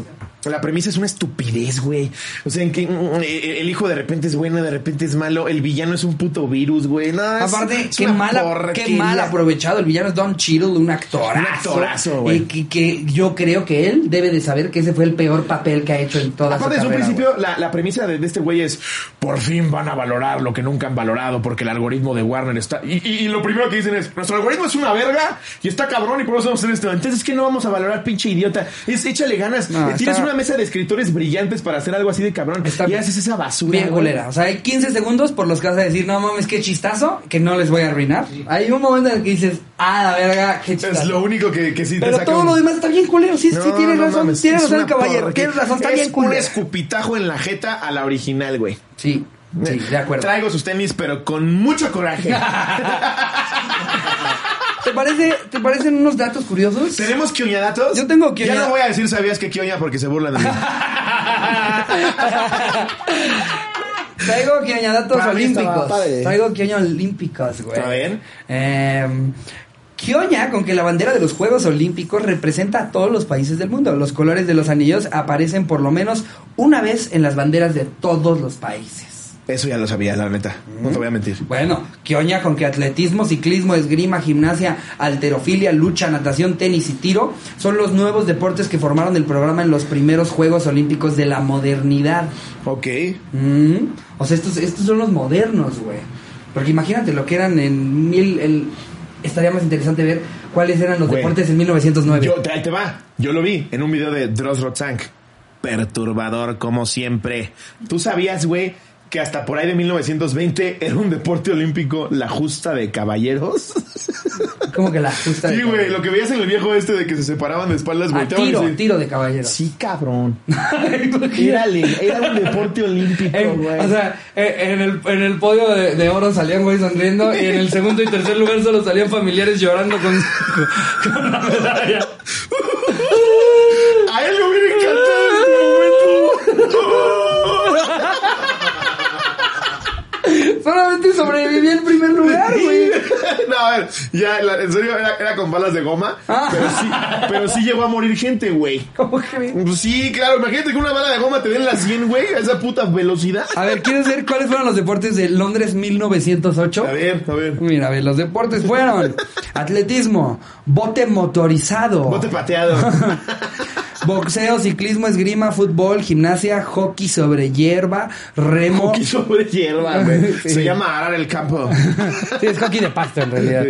S2: La premisa es una estupidez, güey. O sea, en que mm, eh, el hijo de repente es bueno, de repente es malo. El villano es un puto virus, güey. No, es-
S1: Aparte,
S2: es
S1: qué,
S2: una
S1: mala, qué
S2: porquería.
S1: mal aprovechado. El villano es Don Cheadle, un actorazo.
S2: Un actorazo,
S1: Y
S2: güey.
S1: que, que yo creo que él debe de saber que ese fue el peor papel que ha hecho en toda
S2: Aparte,
S1: su
S2: desde un
S1: carrera. güey.
S2: principio, la, la premisa de, de este güey es: por fin van a valorar lo que nunca han valorado porque el algoritmo de Warner está. Y, y- y lo primero que dicen es: nuestro algoritmo es una verga y está cabrón y por eso vamos a hacer esto. Entonces, ¿qué no vamos a valorar, pinche idiota? Es échale ganas.
S1: No,
S2: Eh, Tienes
S1: está-
S2: una mesa de escritores brillantes para hacer algo así de cabrón
S1: Está
S2: y haces esa basura.
S1: Bien
S2: güey.
S1: culera. O sea, hay 15 segundos por los que vas a decir, no mames, qué chistazo, que no les voy a arruinar. Hay un momento en el que dices, ah, la verga, qué chistazo.
S2: Es lo único que, que sí te
S1: Pero
S2: saca
S1: todo
S2: un-
S1: lo demás está bien culero. Sí, sí,
S2: No,
S1: tienes
S2: no
S1: razón.
S2: mames,
S1: tienes
S2: es
S1: razón,
S2: una
S1: caballero.
S2: porquería.
S1: Tienes razón, está
S2: es
S1: bien
S2: un
S1: culero.
S2: escupitajo en la jeta a la original, güey.
S1: Sí, sí, de acuerdo.
S2: Traigo sus tenis, pero con mucho coraje.
S1: ¿Te, parece, ¿Te parecen unos datos curiosos?
S2: ¿Tenemos kioñadatos?
S1: Yo tengo
S2: Ya
S1: kioña-
S2: no voy a decir sabías que kioña porque se burlan de mí.
S1: Traigo quiñadatos
S3: Padre,
S1: olímpicos.
S3: estaba padre.
S1: Traigo quiño olímpicos, güey.
S2: A ver.
S1: Eh, Kioña con que la bandera de los Juegos Olímpicos representa a todos los países del mundo. Los colores de los anillos aparecen por lo menos una vez en las banderas de todos los países.
S2: Eso ya lo sabía, la neta. No te voy a mentir.
S1: Bueno, Kioña con que atletismo, ciclismo, esgrima, gimnasia, alterofilia, lucha, natación, tenis y tiro son los nuevos deportes que formaron el programa en los primeros Juegos Olímpicos de la modernidad.
S2: Ok.
S1: Mm, o sea, estos, estos son los modernos, güey. Porque imagínate lo que eran en mil. el- estaría más interesante ver cuáles eran los
S2: Güey.
S1: deportes en 1909.
S2: Yo, ahí te va. Yo lo vi en un video de Dross Rotzank. Perturbador como siempre. ¿Tú sabías, güey, que hasta por ahí de 1920 era un deporte olímpico la justa de caballeros?
S1: Como que la justa. de
S2: Sí, güey,
S1: caballero.
S2: lo que veías en el viejo este de que se separaban de espaldas,
S1: Ah,
S2: volteaban
S1: tiro,
S2: y se-
S1: tiro de caballero.
S3: Sí, cabrón. Era,
S1: Imagínate.
S3: le- era un deporte olímpico,
S1: En-
S3: güey.
S1: Eh, Em, o sea, eh, en en el, en el podio de, de oro salían güey sonriendo y en el segundo y tercer lugar solo salían familiares llorando con, con la medalla.
S2: A él le hubiera encantado este momento.
S1: Solamente sobreviví el primer lugar, güey.
S2: No, a ver, ya, la- en serio, era, era con balas de goma,
S1: Ah.
S2: pero sí, pero sí llegó a morir gente, güey.
S1: ¿Cómo que?
S2: Pues Sí, claro, imagínate que una bala de goma te den las 100, güey, a esa puta velocidad.
S1: A ver, ¿quieres ver cuáles fueron los deportes de Londres 1908?
S2: A ver, a ver.
S1: Mira, a ver, los deportes fueron atletismo, bote motorizado,
S2: Bote pateado.
S1: boxeo, ciclismo, esgrima, fútbol, gimnasia, hockey sobre hierba, remo.
S2: Aquí sobre hierba, güey.
S1: Sí.
S2: Se llama arar el campo.
S1: Sí, es hockey de pasto en realidad.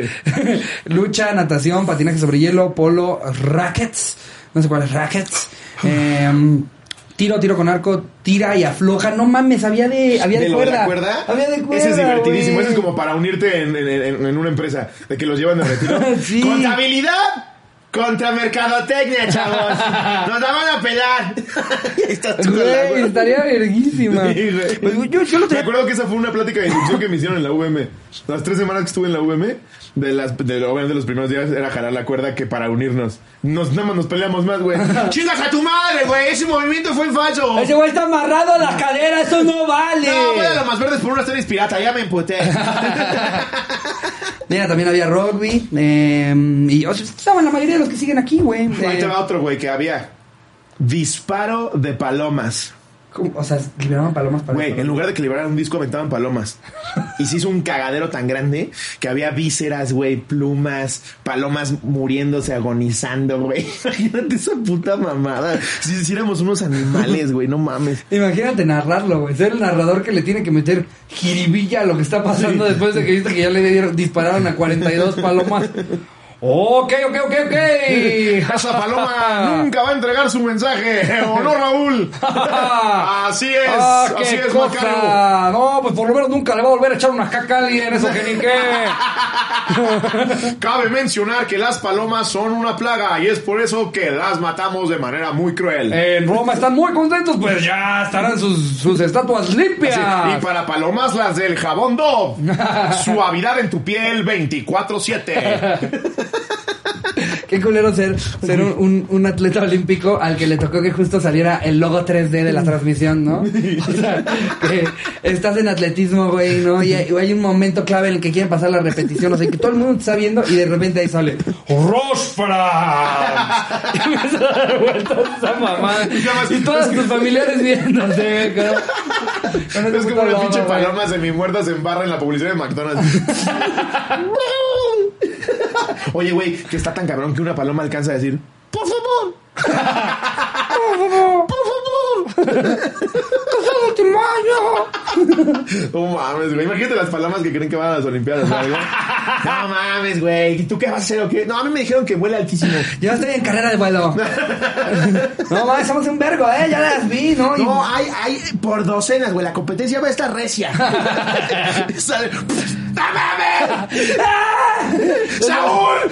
S1: Lucha, natación, patinaje sobre hielo, polo, rackets. No sé cuál es rackets. eh, tiro, tiro con arco, tira y afloja. No mames, había de, había de,
S2: ¿De lo de
S1: cuerda.
S2: la cuerda?
S1: Había de cuerda.
S2: Ese es divertidísimo.
S1: güey.
S2: Ese es como para unirte en, en- en- en una empresa, de que los llevan de retiro.
S1: Sí.
S2: ¡Contabilidad! Contra mercadotecnia, chavos. Nos la van a pelar. Ahí estás tú con la-
S1: Güey, estaría verguísima.
S2: Sí, güey.
S1: Pues, güey, yo, yo lo
S2: Me
S1: tenía
S2: acuerdo que esa fue una plática de inducción que me hicieron en la UVM. Las tres semanas que estuve en la UVM, de las, de, obviamente los primeros días era jalar la cuerda que para unirnos. Nos, nada más nos peleamos más, güey. ¡Chingas a tu madre, güey! Ese movimiento fue falso.
S1: Ese güey está amarrado a la cadera, eso no vale.
S2: No, voy a los más verdes por unas tenis pirata, ya me emputé.
S1: Mira, también había rugby. eh, y o sea, estaban la mayoría de los que siguen aquí, güey.
S2: Ahí
S1: Eh,
S2: te va otro, güey, que había. Disparo de palomas.
S1: ¿cómo? o sea, liberaban palomas para.
S2: Güey, en lugar de que liberaran un disco, aventaban palomas. Y se hizo un cagadero tan grande que había vísceras, güey, plumas, palomas muriéndose, agonizando, güey. Imagínate esa puta mamada. Si hiciéramos unos animales, güey, no mames.
S1: Imagínate narrarlo, güey. Ser el narrador que le tiene que meter jiribilla a lo que está pasando después de que viste que ya le dieron- dispararon a 42 palomas. Ok, ok, ok, ok.
S2: Esa paloma nunca va a entregar su mensaje, ¿o no, Raúl? Así es,
S1: Ah, qué
S2: así es, Macario.
S1: cosa. No, pues por lo menos nunca le va a volver a echar una caca a alguien, eso que ni qué.
S2: Cabe mencionar que las palomas son una plaga y es por eso que las matamos de manera muy cruel.
S1: En Roma están muy contentos, pues ya estarán sus, sus estatuas limpias.
S2: Sí, Y para palomas, las del jabón Dove. Suavidad en tu piel 24-7.
S1: Qué culero ser, ser un, un- un atleta olímpico al que le tocó que justo saliera el logo 3D de la transmisión, ¿no? O sea, que estás en atletismo, güey, ¿no? Y hay, hay un momento clave en el que quieren pasar la repetición, o sea, que todo el mundo te está viendo y de repente ahí sale ¡Rosfra! y me está dando vueltas esa mamada.
S2: Y nada más-
S1: Y todos tus familiares viéndote, güey. con- con ese
S2: es que
S1: puto
S2: una
S1: logo,
S2: pinche
S1: güey.
S2: paloma se muerta se embarra en la publicidad de McDonald's. Oye, güey, que está tan cabrón que una paloma alcanza a decir: ¡Por favor! ¡Por favor!
S1: ¡Casado, te mayo!
S2: No mames, güey. Imagínate las palomas que creen que van a las Olimpiadas, ¿no? No mames, güey. ¿Y tú qué vas a hacer o qué? No, a mí me dijeron que huele altísimo.
S1: Yo estoy en carrera de vuelo. No, mames, somos un vergo, ¿eh? Ya las vi, ¿no? Y-
S2: No, hay, hay por docenas, güey. La competencia va a estar recia. Sale. ¡No mames! ¡Ah! ¡Saúl!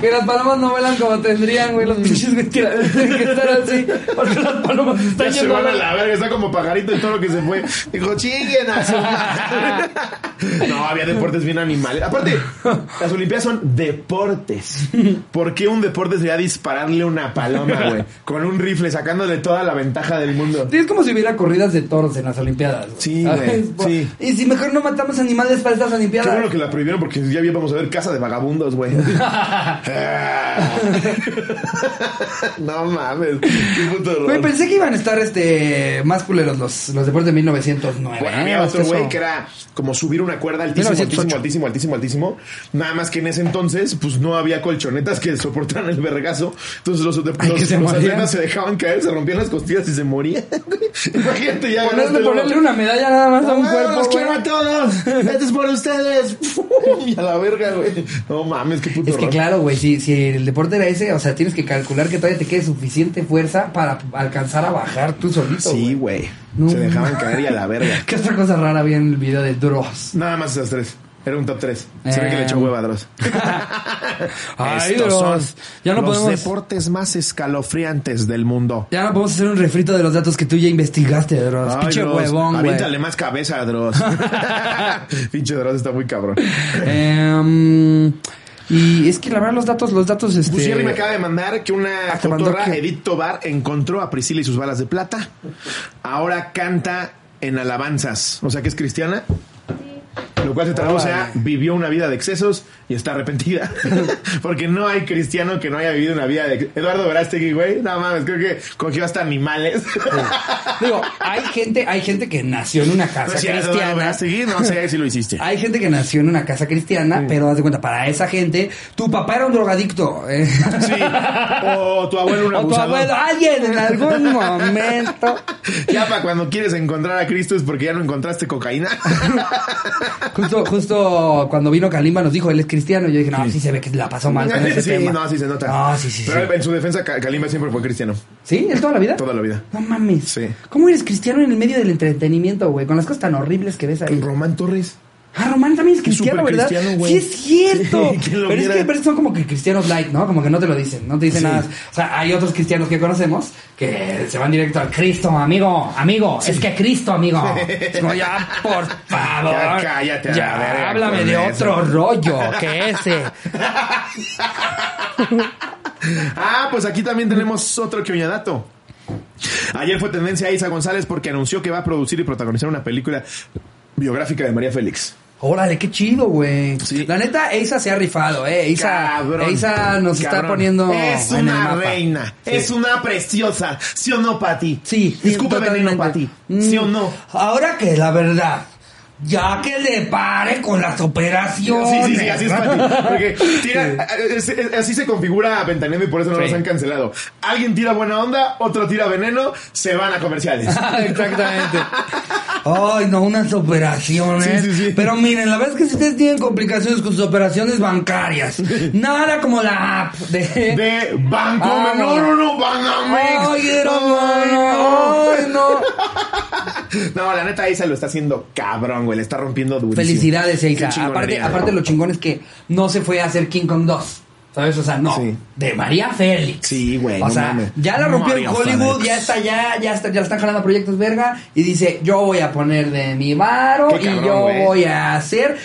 S1: Que las palomas no vuelan como tendrían, güey. Los pinches ventiladores tienen que estar así. Porque las palomas están
S2: Ya se
S1: yendo
S2: van a la verga, está como pajarito y todo lo que se fue. Dijo, chinguen a su madre". No, había deportes bien animales. Aparte, las Olimpiadas son deportes. ¿Por qué un deporte sería dispararle una paloma, güey? Con un rifle, sacándole toda la ventaja del mundo.
S1: Sí, es como si hubiera corridas de toros en las Olimpiadas. güey.
S2: Sí,
S1: ¿Sabes?
S2: güey, sí.
S1: Y si mejor no matamos animales para estas
S2: Qué
S1: Olimpiadas.
S2: bueno que la prohibieron porque ya íbamos a ver Casa de Vagabundos, güey. Ah. no mames. Qué puto horror.
S1: Güey, pues, pensé que iban a estar este más culeros los, los deportes de 1909.
S2: Bueno,
S1: ¿eh?
S2: había
S1: Hasta
S2: otro güey
S1: eso.
S2: que era como subir una cuerda altísimo,
S1: 1908.
S2: altísimo, altísimo, altísimo, altísimo. Nada más que en ese entonces, pues no había colchonetas que soportaran el vergazo. Entonces los, los,
S1: Ay, que se
S2: los
S1: morían.
S2: atletas se dejaban caer, se rompían las costillas y se morían. güey. Imagínate ya.
S1: Ponerle,
S2: ganaste,
S1: ponerle
S2: güey.
S1: una medalla nada más a un
S2: ¡Ah,
S1: cuerpo.
S2: ¡Los
S1: güey.
S2: quiero a todos! ¡Esto es por ustedes! ¡Pum! Y a la verga, güey. No mames, qué puto
S1: Es que
S2: horror.
S1: claro, güey, si, si el deporte era ese, o sea, tienes que calcular que todavía te quede suficiente fuerza para alcanzar a bajar tú solito.
S2: Sí,
S1: Sí.
S2: güey.
S1: No
S2: Se dejaban caer y a la verga.
S1: ¿Qué otra cosa rara había en el video de Dross?
S2: Nada más esas tres. Era un top tres. Se ve que le
S1: Eh.
S2: echó hueva a Dross.
S1: Ay,
S2: Estos
S1: Dross.
S2: son
S1: Ya no
S2: los
S1: podemos.
S2: deportes más escalofriantes del mundo.
S1: Ya no podemos hacer un refrito de los datos que tú ya investigaste, Dross.
S2: Ay,
S1: Pinche
S2: Dross,
S1: huevón, güey.
S2: Aviéntale más cabeza, Dross. Pinche Dross está muy cabrón.
S1: Em, y es que la verdad los datos, los datos, este.
S2: Gutiérrez me acaba de mandar que una
S1: Ah, te mandó
S2: cotorra,
S1: que-
S2: Edith Tobar, encontró a Priscila y sus balas de plata. Ahora canta en alabanzas. O sea que es cristiana. Lo cual se traduce a vivió una vida de excesos y está arrepentida. Porque no hay cristiano que no haya vivido una vida de... Eduardo Verástegui, güey. No mames, creo que cogió hasta animales.
S1: Digo, hay gente, hay gente que nació en una casa
S2: No es cierto, Eduardo
S1: cristiana.
S2: Verástegui, no sé si lo hiciste.
S1: Hay gente que nació en una casa cristiana, pero haz de cuenta, para esa gente, tu papá era un drogadicto. eh.
S2: Sí. O tu abuelo un
S1: O tu abuelo,
S2: abusador.
S1: alguien en algún momento.
S2: Ya para cuando quieres encontrar a Cristo es porque ya no encontraste cocaína.
S1: Justo, justo cuando vino Kalimba nos dijo, él es cristiano. Yo dije, no, sí, se ve que la pasó mal con ese
S2: sí,
S1: tema.
S2: no, sí se nota.
S1: No, sí, sí, sí.
S2: Pero en su defensa, Ka- Kalimba siempre fue cristiano.
S1: ¿Sí? ¿Él toda la vida?
S2: Toda la vida.
S1: No mames.
S2: Sí.
S1: ¿Cómo eres cristiano en el medio del entretenimiento, güey? Con las cosas tan horribles que ves ahí.
S2: Román Torres.
S1: Ah, Román también es cristiano,
S2: Súper
S1: ¿verdad?
S2: cristiano,
S1: sí,
S2: güey.
S1: es cierto.
S2: Sí, ¿quién lo
S1: pero es
S2: viera?
S1: que pero son como que cristianos light, ¿no? Como que no te lo dicen, no te dicen
S2: Sí.
S1: nada. O sea, hay otros cristianos que conocemos que se van directo al Cristo, amigo, amigo. Es que Cristo, amigo. Es como, ya, por favor.
S2: Ya cállate a la
S1: Ya,
S2: verga
S1: háblame
S2: con
S1: de
S2: eso.
S1: otro rollo que ese.
S2: Ah, pues aquí también tenemos otro dato. Ayer fue tendencia a Isa González porque anunció que va a producir y protagonizar una película biográfica de María Félix.
S1: Órale, qué chido, güey.
S2: Sí.
S1: La neta, Eisa se ha rifado, ¿eh? Eisa,
S2: Cabrón.
S1: Eisa nos está
S2: Cabrón.
S1: poniendo.
S2: Es
S1: en el
S2: una
S1: mapa.
S2: reina. Es una preciosa. ¿Sí o no, Pati?
S1: Sí, sí,
S2: Disculpa, veneno,
S1: totalmente.
S2: Pati.
S1: Mm,
S2: ¿Sí o no?
S1: Ahora que la verdad, ya que le pare con las operaciones.
S2: Sí, sí, sí, así es, Pati. Porque tira- es- es- así se configura Ventaneando y por eso no
S1: Sí.
S2: los han cancelado. Alguien tira buena onda, otro tira veneno, se van a comerciales.
S1: Exactamente. Ay, no, unas operaciones.
S2: Sí, sí, sí.
S1: Pero miren, la verdad es que si ustedes tienen complicaciones con sus operaciones bancarias, nada como la app de.
S2: De Banco
S1: Ah,
S2: No, no, no, Banamex.
S1: Ay, hermano,
S2: Ay, no.
S1: ay, no.
S2: No, la neta, Isa lo está haciendo cabrón, güey. Le está rompiendo durísimo.
S1: Felicidades,
S2: Qué
S1: Eiza.
S2: chingonería,
S1: Aparte,
S2: güey.
S1: aparte, lo chingón es que no se fue a hacer King Kong 2. ¿Sabes? O sea, no.
S2: Sí.
S1: De María Félix.
S2: Sí, güey,
S1: O
S2: no
S1: sea,
S2: mames.
S1: ya la rompió en
S2: María
S1: Hollywood,
S2: Félix.
S1: ya está, ya, ya está, ya la están jalando proyectos verga. Y dice, yo voy a poner de mi varo
S2: Qué
S1: y
S2: cabrón,
S1: yo
S2: güey.
S1: voy a hacer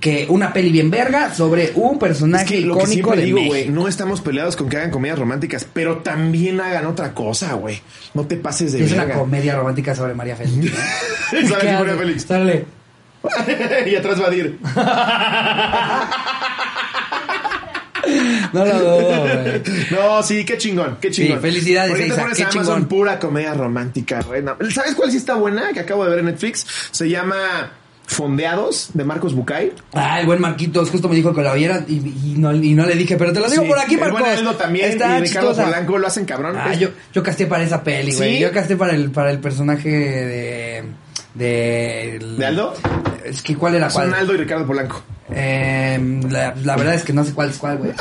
S1: que una peli bien verga sobre un personaje
S2: Es que lo que
S1: icónico
S2: siempre
S1: de
S2: digo, güey,
S1: México.
S2: no estamos peleados con que hagan comedias románticas, pero también hagan otra cosa, güey. No te pases de
S1: Es una
S2: verga.
S1: comedia romántica sobre María Félix. ¿no?
S2: ¿Sabes
S1: ¿Qué
S2: si fuera
S1: hace?
S2: Félix?
S1: Sale.
S2: y atrás va a ir.
S1: No lo dudo, güey.
S2: No, sí, qué chingón, qué chingón.
S1: Sí, felicidades,
S2: ¿Por qué te
S1: Isa,
S2: pones
S1: qué
S2: a Amazon
S1: chingón.
S2: pura comedia romántica, reina? ¿Sabes cuál sí está buena que acabo de ver en Netflix? Se llama Fondeados de Marcos Bucay.
S1: Ah, el buen Marquitos, justo me dijo que la viera y, y no, y no le dije, pero te lo digo
S2: Sí,
S1: por aquí,
S2: el buen
S1: Marcos.
S2: Aldo también y Ricardo
S1: chistosa.
S2: Polanco lo hacen cabrón.
S1: Ah,
S2: Es-
S1: yo, yo casté para esa peli, güey.
S2: ¿Sí?
S1: Yo casté para el, para el personaje de. ¿De,
S2: ¿De Aldo?
S1: Es que, ¿cuál era cuál?
S2: Son Aldo y Ricardo Polanco.
S1: Eh, la, la verdad es que no sé cuál es cuál, güey.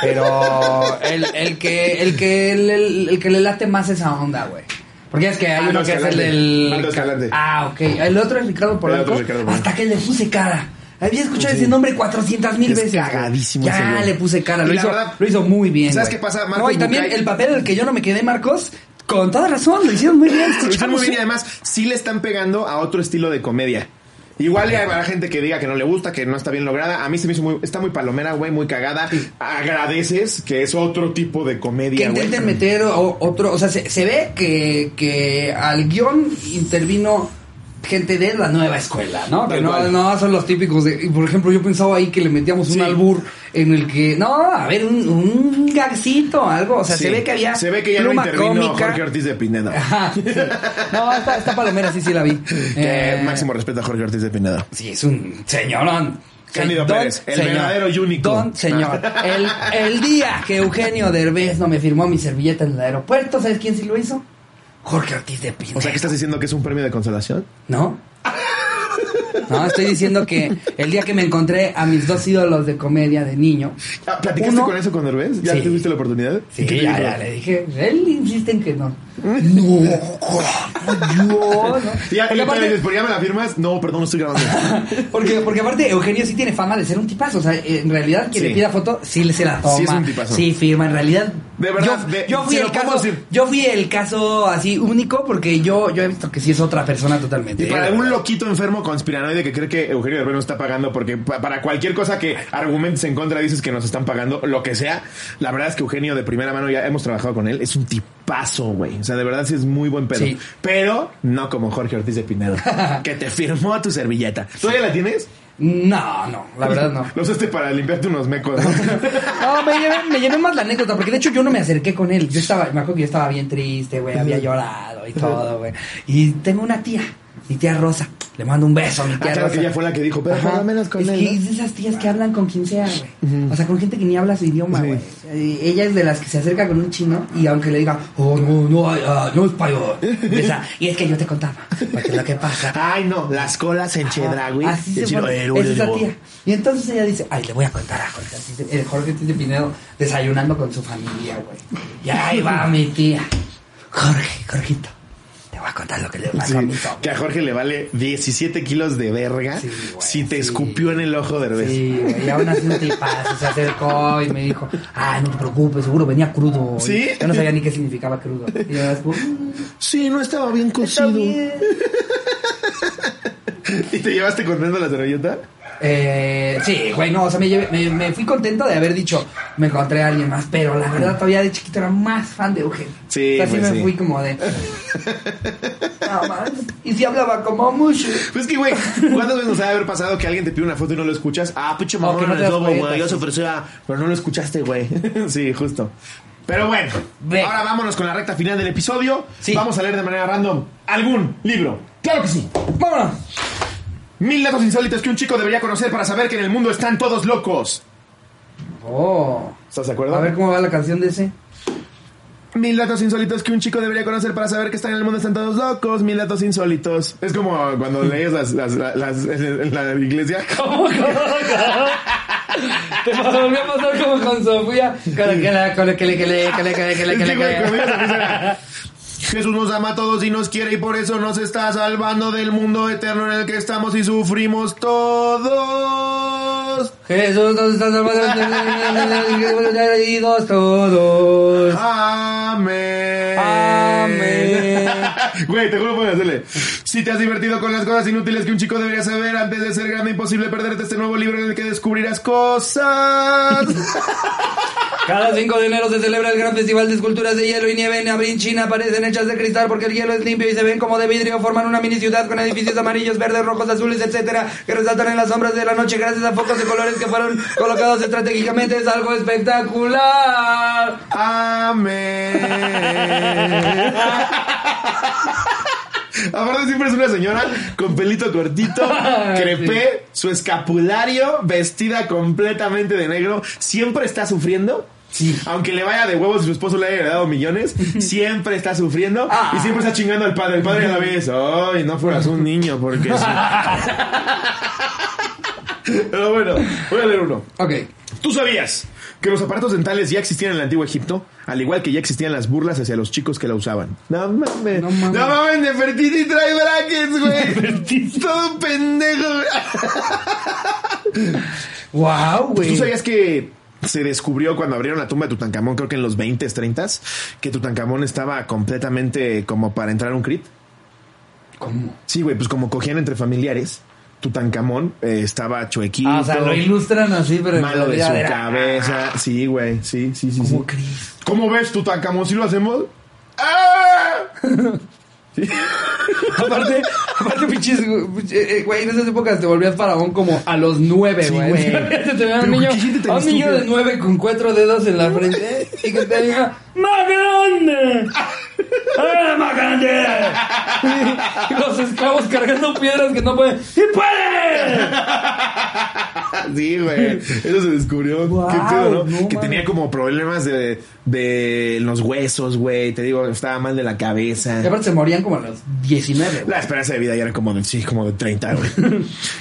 S1: Pero el, el que el que el, el- el que le late más esa onda, güey. Porque es que hay
S2: Ah, Aldo
S1: uno que es el
S2: Escalante.
S1: del
S2: Aldo Escalante.
S1: Ah, ok. El otro es Ricardo Polanco.
S2: Ricardo Polanco.
S1: Hasta que le puse cara. Había escuchado ese nombre 400 mil
S2: Es
S1: veces. güey.
S2: cagadísimo ese
S1: Ya
S2: güey.
S1: le puse cara. Lo
S2: Y la
S1: hizo,
S2: verdad,
S1: lo hizo muy bien.
S2: ¿sabes
S1: güey.
S2: qué pasa? Marcos
S1: No, y también
S2: Bucay-
S1: el papel del que yo no me quedé, Marcos, con toda razón, lo hicieron muy bien.
S2: Lo hicieron muy bien y
S1: Chavos,
S2: además sí le están pegando a otro estilo de comedia. Igual ya habrá gente que diga que no le gusta, que no está bien lograda. A mí se me hizo muy... Está muy palomera, güey, muy cagada. Agradeces que es otro tipo de
S1: Que
S2: comedia, güey.
S1: intenten meter o- otro. O sea, se, se ve que, que al guión intervino gente de la nueva escuela, ¿no?
S2: Tal
S1: Que no,
S2: cual.
S1: no son los típicos de. y, Por ejemplo, yo pensaba ahí que le metíamos
S2: Sí.
S1: un albur en el que. No, a ver, un, un gagcito, algo. O sea,
S2: Sí.
S1: se ve que había.
S2: Se ve que ya no
S1: pluma
S2: intervino
S1: cómica.
S2: Jorge Ortiz de Pineda.
S1: Ajá, sí. No, esta, esta palomera sí, sí la vi.
S2: Que
S1: Eh,
S2: máximo respeto a Jorge Ortiz de Pineda.
S1: Sí, es un señorón.
S2: Cándido
S1: Don
S2: Pérez, el verdadero único.
S1: Don señor. El, el día que Eugenio Derbez no me firmó mi servilleta en el aeropuerto, ¿sabes quién sí lo hizo? Jorge Ortiz de Pineda.
S2: O sea, ¿qué estás diciendo que es un premio de consolación?
S1: ¿No? No, estoy diciendo que el día que me encontré a mis dos ídolos de comedia de niño.
S2: Ah, ¿Platicaste
S1: uno-
S2: con eso con Derbez? ¿Ya
S1: Sí.
S2: tuviste la oportunidad?
S1: Sí,
S2: ¿Qué te
S1: ya,
S2: dijo?
S1: ya le dije. Él insiste en que no. No, ¿cómo yo, no.
S2: Y Ya, y
S1: Porque
S2: ya
S1: aparte-
S2: le dices, ¿por ya me la firmas? No, perdón, no estoy grabando.
S1: Porque, porque aparte Eugenio sí tiene fama de ser un tipazo, o sea, en realidad quien
S2: Sí.
S1: le pida foto sí se la toma.
S2: Sí es un tipazo.
S1: Sí firma, en realidad.
S2: De verdad,
S1: yo,
S2: de-
S1: yo fui
S2: se lo
S1: el
S2: puedo
S1: caso,
S2: decir.
S1: yo fui el caso así único porque yo yo he visto que sí es otra persona totalmente.
S2: Y para
S1: ¿eh?
S2: algún loquito enfermo conspiranoide que cree que Eugenio Derbez nos está pagando, porque pa- para cualquier cosa que argumentes en contra dices que nos están pagando, lo que sea, la verdad es que Eugenio de primera mano ya hemos trabajado con él, es un tipazo, güey. O sea, de verdad sí es muy buen pedo.
S1: Sí.
S2: Pero no como Jorge Ortiz de Pinedo, que te firmó tu servilleta. ¿Todavía la tienes?
S1: No, no, la verdad no.
S2: Lo usaste para limpiarte unos mecos. ¿no?
S1: No, me llevé, me llevé más la anécdota, porque de hecho yo no me acerqué con él. Yo estaba, me acuerdo que yo estaba bien triste, güey, había llorado y todo, güey. Y tengo una tía, mi tía Rosa. Le mando un beso a mi tía
S2: Ah, claro
S1: Rosa.
S2: que ella fue la que dijo, pero
S1: Ajá.
S2: por lo menos con
S1: es
S2: él.
S1: que
S2: ¿no?
S1: es de esas tías que hablan con quien sea, güey. O sea, con gente que ni habla su idioma, güey. Eh, Ella es de las que se acerca con un chino y aunque le diga, oh, no, no, ay, ah, no es para yo. Empieza, y es que yo te contaba, porque lo que pasa.
S2: Ay, no, las colas en Chedragui.
S1: Así
S2: Y
S1: se
S2: el chino,
S1: pone.
S2: eh,
S1: Esa es la
S2: luego.
S1: tía. Y entonces ella dice, ay, le voy a contar a Jorge Ortiz de- el Jorge Ortiz de Pinedo desayunando con su familia, güey. Y ahí va mi tía. Jorge, Jorgito, te voy a contar lo que le pasó a mi
S2: Sí,
S1: sobrino.
S2: que a Jorge le vale 17 kilos de verga
S1: Sí, güey,
S2: si te
S1: sí.
S2: escupió en el ojo de
S1: Sí, güey, y aún así un tipazo se acercó y me dijo, ay, no te preocupes, seguro venía crudo. Y
S2: ¿Sí?
S1: Yo no sabía ni qué significaba crudo. Y yo así, "Mm,
S2: no estaba bien
S1: está bien".
S2: ¿Y te llevaste contento la servilleta?
S1: Eh, sí, güey, no, o sea, me, llevé- me, me fui contento de haber dicho, me encontré a alguien más, pero la verdad todavía de chiquito era más fan de Eugenio.
S2: Sí,
S1: o sea, sí
S2: pues,
S1: me
S2: sí.
S1: fui como de... "No, man". y si hablaba como mucho.
S2: Pues es que, güey, ¿cuántas veces nos ha de haber pasado que alguien te pide una foto y no lo escuchas? Ah, pinche mamón,
S1: O que no te
S2: eres
S1: das
S2: lobo,
S1: cuenta,
S2: güey. Yo
S1: sí.
S2: se ofrecía, pero no lo escuchaste, güey. sí, justo. Pero bueno,
S1: Ve.
S2: ahora vámonos con la recta final del episodio.
S1: Sí.
S2: Vamos a leer de manera random algún libro. ¡Claro que sí!
S1: Vámonos.
S2: Mil datos insólitos que un chico debería conocer para saber que en el mundo están todos locos.
S1: Oh.
S2: ¿Estás de acuerdo?
S1: A ver cómo va la canción de ese.
S2: Mil datos insólitos que un chico debería conocer para saber que están en el mundo están todos locos. Mil datos insólitos. Mm. Es como cuando lees las, las, las, las- en la iglesia.
S1: Te volvió a pasar como con Sofía. Con la que la- con la que le- que le- que le- que le- que le- que
S2: Es
S1: le-
S2: que, güey,
S1: que
S2: cuando
S1: le-
S2: ibas a misa era, Jesús nos ama a todos y nos quiere y por eso nos está salvando del mundo eterno en el que estamos y sufrimos todos.
S1: Jesús nos está salvando Bienvenidos todos.
S2: Amén.
S1: Amén.
S2: Güey, te juro puedes hacerle. Si te has divertido con las cosas inútiles que un chico debería saber antes de ser grande, imposible perderte este nuevo libro en el que descubrirás cosas.
S1: Cada 5 de enero se celebra el gran festival de esculturas de hielo y nieve en Abrin, China. Parecen hechas de cristal porque el hielo es limpio y se ven como de vidrio. Forman una mini ciudad con edificios amarillos, verdes, rojos, azules, etcétera, que resaltan en las sombras de la noche gracias a focos de colores que fueron colocados estratégicamente. Es algo espectacular.
S2: Amén. Aparte siempre es una señora con pelito cortito, crepé, su escapulario, vestida completamente de negro, siempre está sufriendo.
S1: Sí.
S2: Aunque le vaya de huevos y su esposo le haya dado millones, siempre está sufriendo
S1: Ah.
S2: y siempre está chingando al padre. El padre a la vez, ay, no fueras un niño porque sí. Pero bueno, voy a leer uno.
S1: Ok.
S2: ¿Tú sabías que los aparatos dentales ya existían en el antiguo Egipto? Al igual que ya existían las burlas hacia los chicos que la usaban. No mames. No
S1: No
S2: mames,
S1: mames.
S2: no mames Nefertiti trae brackets, güey. Todo pendejo. güey.
S1: Wow,
S2: Ah, ¿Tú
S1: güey.
S2: sabías que se descubrió cuando abrieron la tumba de Tutankamón, creo que en los 20s, 30s, que Tutankamón estaba completamente como para entrar a un crit?
S1: ¿Cómo?
S2: Sí, güey, pues como cogían entre familiares, Tutankamón eh, estaba chuequito,
S1: Ah, o sea, lo ilustran así, pero en
S2: malo de
S1: realidad
S2: su
S1: era- Ah.
S2: cabeza. Sí, güey, sí, sí, sí. sí.
S1: ¿Cómo crees?
S2: ¿Cómo ves Tutankamón si lo hacemos? ¡Ah!
S1: Aparte, aparte, pinches, eh, eh, güey, en esas épocas te volvías faraón como a los nueve,
S2: Sí,
S1: güey.
S2: güey.
S1: Te veía un
S2: Pero
S1: niño,
S2: qué gente tan
S1: a un niño
S2: estúpida.
S1: de nueve con cuatro dedos en la frente y que te diga, ¡Más grande! ¡Ah, más grande! Y los esclavos cargando piedras que no pueden. ¡Sí puede!
S2: Sí, güey. Eso se descubrió.
S1: Wow,
S2: Qué pedo, ¿no?
S1: no
S2: que
S1: mames.
S2: tenía como problemas de, de los huesos, güey. Te digo, estaba mal de la cabeza.
S1: Y aparte se morían como a los 19, güey.
S2: La esperanza de vida ya era como de, sí, como de 30, güey.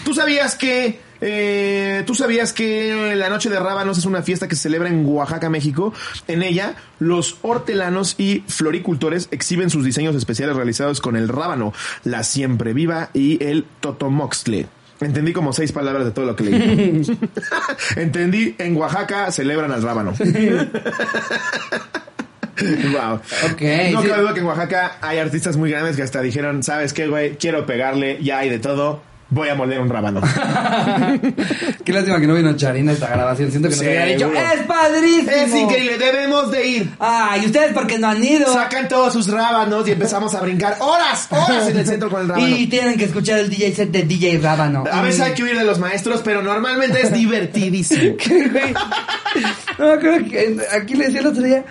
S2: ¿Tú sabías que... eh, ¿Tú sabías que la Noche de Rábanos es una fiesta que se celebra en Oaxaca, México? En ella, los hortelanos y floricultores exhiben sus diseños especiales realizados con el rábano, la siempre viva y el totomoxtle. Entendí como seis palabras de todo lo que leí. Entendí, en Oaxaca celebran al rábano. Wow.
S1: Ok,
S2: No
S1: sí.
S2: cabe duda que en Oaxaca hay artistas muy grandes que hasta dijeron, ¿sabes qué, güey? Quiero pegarle, ya hay de todo. Voy a moldear un rábano.
S1: Qué lástima que no vino Charina a esta grabación. Siento que nos
S2: Sí,
S1: hubiera dicho,
S2: seguro.
S1: ¡Es padrísimo!
S2: es increíble, debemos de ir.
S1: ¡Ay, ustedes porque no han ido!
S2: Sacan todos sus rábanos y empezamos a brincar horas, horas en el centro con el rábano.
S1: Y tienen que escuchar el DJ set de DJ Rábano.
S2: A veces hay que huir de los maestros, pero normalmente es divertidísimo.
S1: ¿Qué, güey? No me acuerdo que en- aquí le decía el otro día.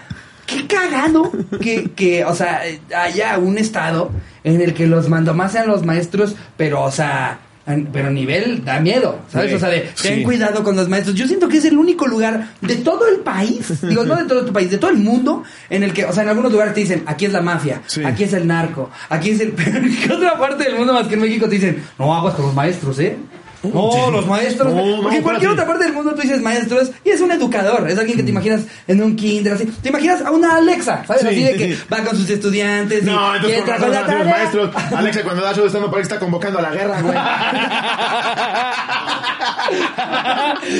S1: Qué cagado que, que, o sea, haya un estado en el que los mandomás sean los maestros, pero, o sea, an- pero a nivel da miedo, ¿sabes?
S2: Sí,
S1: o sea, de ten
S2: sí.
S1: cuidado con los maestros. Yo siento que es el único lugar de todo el país, digo, no de todo tu país, de todo el mundo, en el que, o sea, en algunos lugares te dicen, aquí es la mafia,
S2: Sí.
S1: aquí es el narco, aquí es el... Pero en qué otra parte del mundo más que en México te dicen, no aguas con los maestros, ¿eh? No, los maestros.
S2: No, no,
S1: porque en cualquier
S2: espérate.
S1: otra parte del mundo tú dices maestros y es un educador, es alguien que te imaginas en un kinder, así. Te imaginas a una Alexa, ¿sabes?
S2: Mm. Sí,
S1: así de
S2: sí,
S1: que
S2: sí.
S1: va con sus estudiantes
S2: No,
S1: y, y
S2: entonces por
S1: entra
S2: razón
S1: con la
S2: hacen los
S1: tarea.
S2: maestros. Alexa, cuando da show de stand-up, parece que está convocando a la guerra, güey.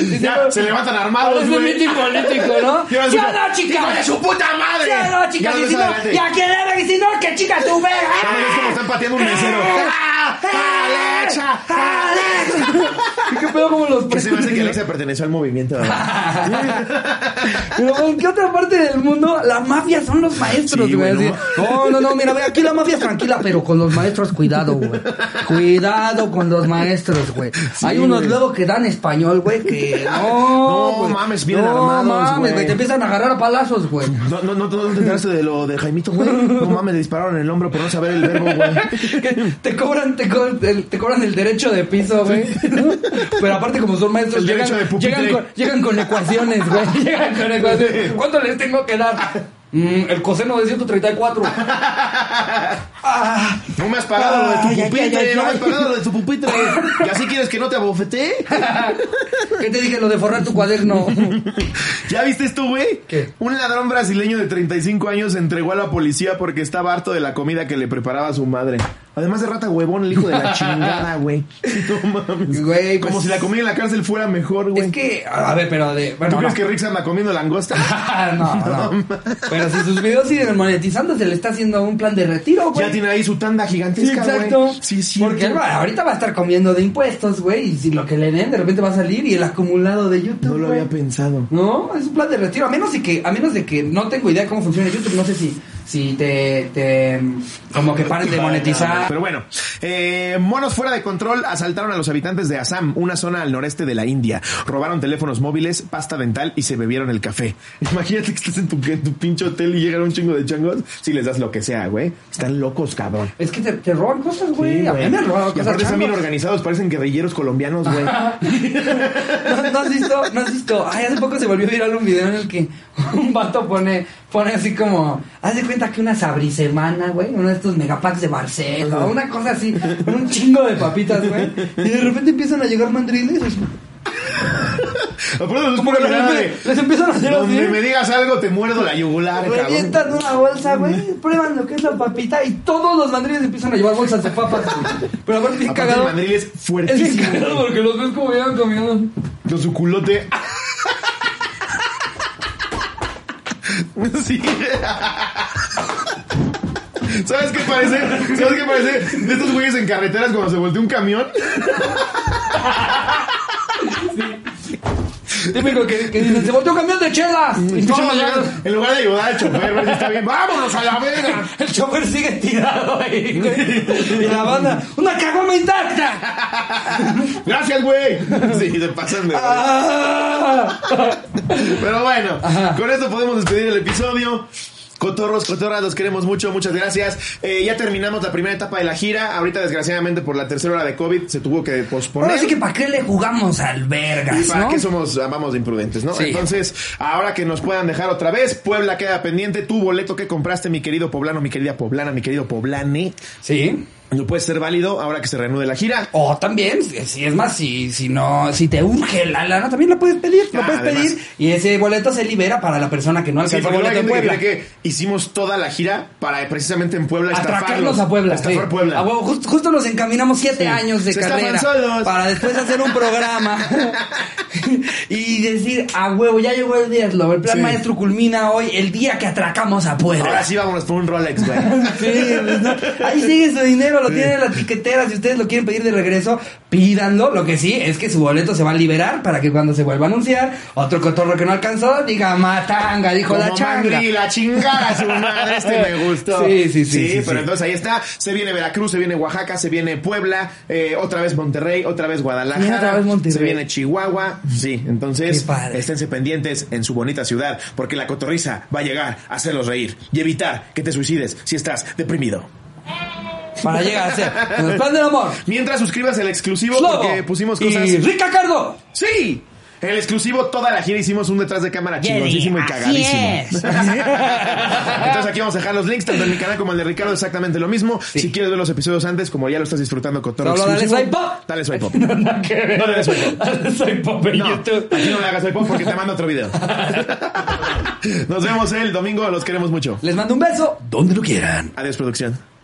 S1: Dice,
S2: ya, se levantan armados,
S1: Parece
S2: güey.
S1: mitin político, ¿no?
S2: Y ahora
S1: ¡Sí
S2: sí,
S1: o no, chica!
S2: ¡Hijo de su puta madre!
S1: ¡Sí o no, chica! Y
S2: Ya
S1: si
S2: ves
S1: no,
S2: adelante.
S1: y a quién era, y si no, que chica tú ah, ves.
S2: Ya no ves cómo están pateando un mesero. ¡Ah! ¡Alexa!
S1: ah, ¡Alexa! ¿Qué pedo como los
S2: Que se me hace que
S1: presidentes?
S2: Alexa perteneció al movimiento.
S1: Pero ¿en qué otra parte del mundo la mafia son los maestros,
S2: Sí,
S1: güey?
S2: güey,
S1: Así, No, no, no, mira, ve, aquí la mafia es tranquila, pero con los maestros cuidado, güey. Cuidado con los maestros, güey. Hay unos luego que dan español, güey, que no,
S2: No,
S1: güey.
S2: mames, vienen armados, güey.
S1: te empiezan a agarrar a palazos, güey.
S2: No, no, no, no te enteraste de lo de Jaimito, güey. No mames, le dispararon en el hombro por no saber el verbo, güey.
S1: Que Te cobran, te, co- el, te cobran el derecho de piso, güey. ¿no? Pero aparte, como son maestros,
S2: El
S1: llegan,
S2: derecho de pupitre.
S1: llegan, con, llegan con ecuaciones, güey. Llegan con ecuaciones. ¿Cuánto les tengo que dar? Mm, el coseno de 134. Ah,
S2: No me has pagado lo de
S1: Ay,
S2: tu
S1: ay,
S2: pupitre,
S1: ay, ay,
S2: no me has
S1: ay.
S2: pagado lo de tu pupitre. ¿Y así quieres que no te abofetee?
S1: ¿Qué te dije? Lo de forrar tu cuaderno.
S2: ¿Ya viste esto, güey?
S1: ¿Qué?
S2: Un ladrón brasileño de 35 años se entregó a la policía porque estaba harto de la comida que le preparaba su madre. Además de rata huevón, el hijo de la chingada, güey. No mames.
S1: Güey,
S2: Como
S1: pues-
S2: si la comida en la cárcel fuera mejor, güey.
S1: es que, a ver, pero de.
S2: ¿Tú
S1: Bueno,
S2: crees
S1: no. Ah,
S2: que Rick se anda comiendo langosta?
S1: no, no. Pero si sus videos siguen monetizando, se le está haciendo un plan de retiro, güey.
S2: Ya tiene ahí su tanda
S1: Sí,
S2: gigantesca, güey.
S1: exacto.
S2: Sí, sí.
S1: Porque él va- ahorita va a estar comiendo de impuestos, güey. Y si lo que le den de repente va a salir y el acumulado de YouTube.
S2: No lo
S1: güey.
S2: había pensado.
S1: No, es un plan de retiro. A menos de que, a menos de que no tengo idea de cómo funciona YouTube. No sé si, si te, te como que paren de monetizar.
S2: Pero bueno, eh, monos fuera de control asaltaron a los habitantes de Assam, una zona al noreste de la India. Robaron teléfonos móviles, pasta dental y se bebieron el café. Imagínate que estás en tu, en tu pinche hotel y llegan un chingo de changos. Si les das lo que sea, güey. Están locos, cabrón.
S1: Es que te, te roban cosas,
S2: Sí,
S1: güey. a mí
S2: güey.
S1: me han robado
S2: y
S1: cosas.
S2: aparte están bien
S1: changos.
S2: organizados, parecen guerrilleros colombianos, güey.
S1: ¿No, no has visto, no has visto. Ay, hace poco se volvió viral un video en el que un vato pone, pone así como, haz de cuenta que una sabrisemana, güey, uno de estos megapacks de Barcelona, una cosa así, con un chingo de papitas, güey. Y de repente empiezan a llegar mandriles. así.
S2: Aparte los
S1: Como que les,
S2: programas
S1: empe- les
S2: de...
S1: empiezan a hacer
S2: Donde me
S1: así.
S2: digas algo, te muerdo la yugular, cabrón.
S1: Revientan una bolsa, güey. Prueban lo que es la papita y todos los mandriles empiezan a llevar bolsas de papas. güey. Pero aparte bien
S2: Aparte el
S1: cagado.
S2: mandril es
S1: Es bien
S2: fuertísimo.
S1: cagado porque los ves como llevan comiendo.
S2: Con su culote. Sí. ¿Sabes qué parece? ¿Sabes qué parece? De estos güeyes en carreteras cuando se volteó un camión.
S1: Típico que, que dicen, se volteó un camión de chelas. Y
S2: Todos
S1: todos
S2: llegan-
S1: llegan.
S2: en lugar de ayudar al chofer, ver si está bien. ¡Vámonos a la verga!
S1: El chofer sigue tirado ahí, güey. Y la banda, ¡una cagoma intacta!
S2: ¡Gracias, güey! Sí, se pasan de.
S1: ¡Ah!
S2: Pero bueno,
S1: Ajá.
S2: con esto podemos despedir el episodio. Cotorros, cotorras, los queremos mucho, muchas gracias. Eh, ya terminamos la primera etapa de la gira. Ahorita, desgraciadamente, por la tercera hora de COVID se tuvo que posponer.
S1: Ahora sí que para qué le jugamos al
S2: Y
S1: vergas,
S2: para
S1: ¿no?
S2: qué somos, amamos de imprudentes, ¿no?
S1: Sí.
S2: Entonces, ahora que nos puedan dejar otra vez, Puebla queda pendiente. Tu boleto que compraste, mi querido poblano, mi querida poblana, mi querido poblane,
S1: Sí.
S2: no puede ser válido ahora que se reanude la gira.
S1: O también, si es más, si, si no, si te urge la lana, también la puedes pedir,
S2: Ah,
S1: la puedes
S2: además.
S1: pedir y ese boleto se libera para la persona que no
S2: Sí,
S1: alcanzó
S2: porque la
S1: boleto en
S2: gente que
S1: Puebla.
S2: cree que hicimos toda la gira para eh, precisamente en Puebla
S1: Atracarlos
S2: estafarlos,
S1: a Puebla.
S2: Estafar
S1: sí.
S2: Puebla.
S1: A huevo, just- justo nos encaminamos siete años de
S2: Se estafan
S1: carrera
S2: solos.
S1: para después hacer un programa y decir, a huevo, ya llegó el día, Slow, el plan
S2: Sí.
S1: maestro culmina hoy, el día que atracamos a Puebla.
S2: Ahora sí vámonos por un Rolex, güey.
S1: Sí, pues, no. Ahí sigue su dinero, lo tiene en la tiquetera. Si ustedes lo quieren pedir de regreso, pídanlo. Lo que sí es que su boleto se va a liberar para que cuando se vuelva a anunciar, otro cotorro que no alcanzó diga matanga, dijo la
S2: Como
S1: changa.
S2: Mangri, la chingada su madre, este me gustó.
S1: Sí, sí, sí, sí,
S2: pero
S1: sí.
S2: entonces ahí está. Se viene Veracruz, se viene Oaxaca, se viene Puebla, eh, otra vez Monterrey, otra vez Guadalajara.
S1: Mira, otra vez Monterrey.
S2: Se viene Chihuahua. Sí, entonces
S1: Qué padre.
S2: esténse pendientes en su bonita ciudad, porque la cotorriza va a llegar a hacerlos reír y evitar que te suicides si estás deprimido.
S1: Para llegar a ser el plan del amor.
S2: Mientras suscribas el exclusivo,
S1: Slobo
S2: porque pusimos cosas.
S1: Y Rica Cardo.
S2: ¡Sí! El exclusivo, toda la gira hicimos un detrás de cámara chingoncísimo y
S1: Así
S2: cagadísimo.
S1: es.
S2: Entonces aquí vamos a dejar los links, tanto en mi canal como el de Ricardo, exactamente lo mismo. Si quieres ver los episodios antes, como ya lo estás disfrutando con todo
S1: Solo dale swipe up.
S2: Dale swipe up.
S1: Nada que ver.
S2: No le des swipe up.
S1: Dale swipe up en
S2: No,
S1: YouTube.
S2: aquí no le hagas swipe up porque te mando otro video. Nos vemos el domingo, los queremos mucho.
S1: Les mando un beso donde lo quieran.
S2: Adiós, producción.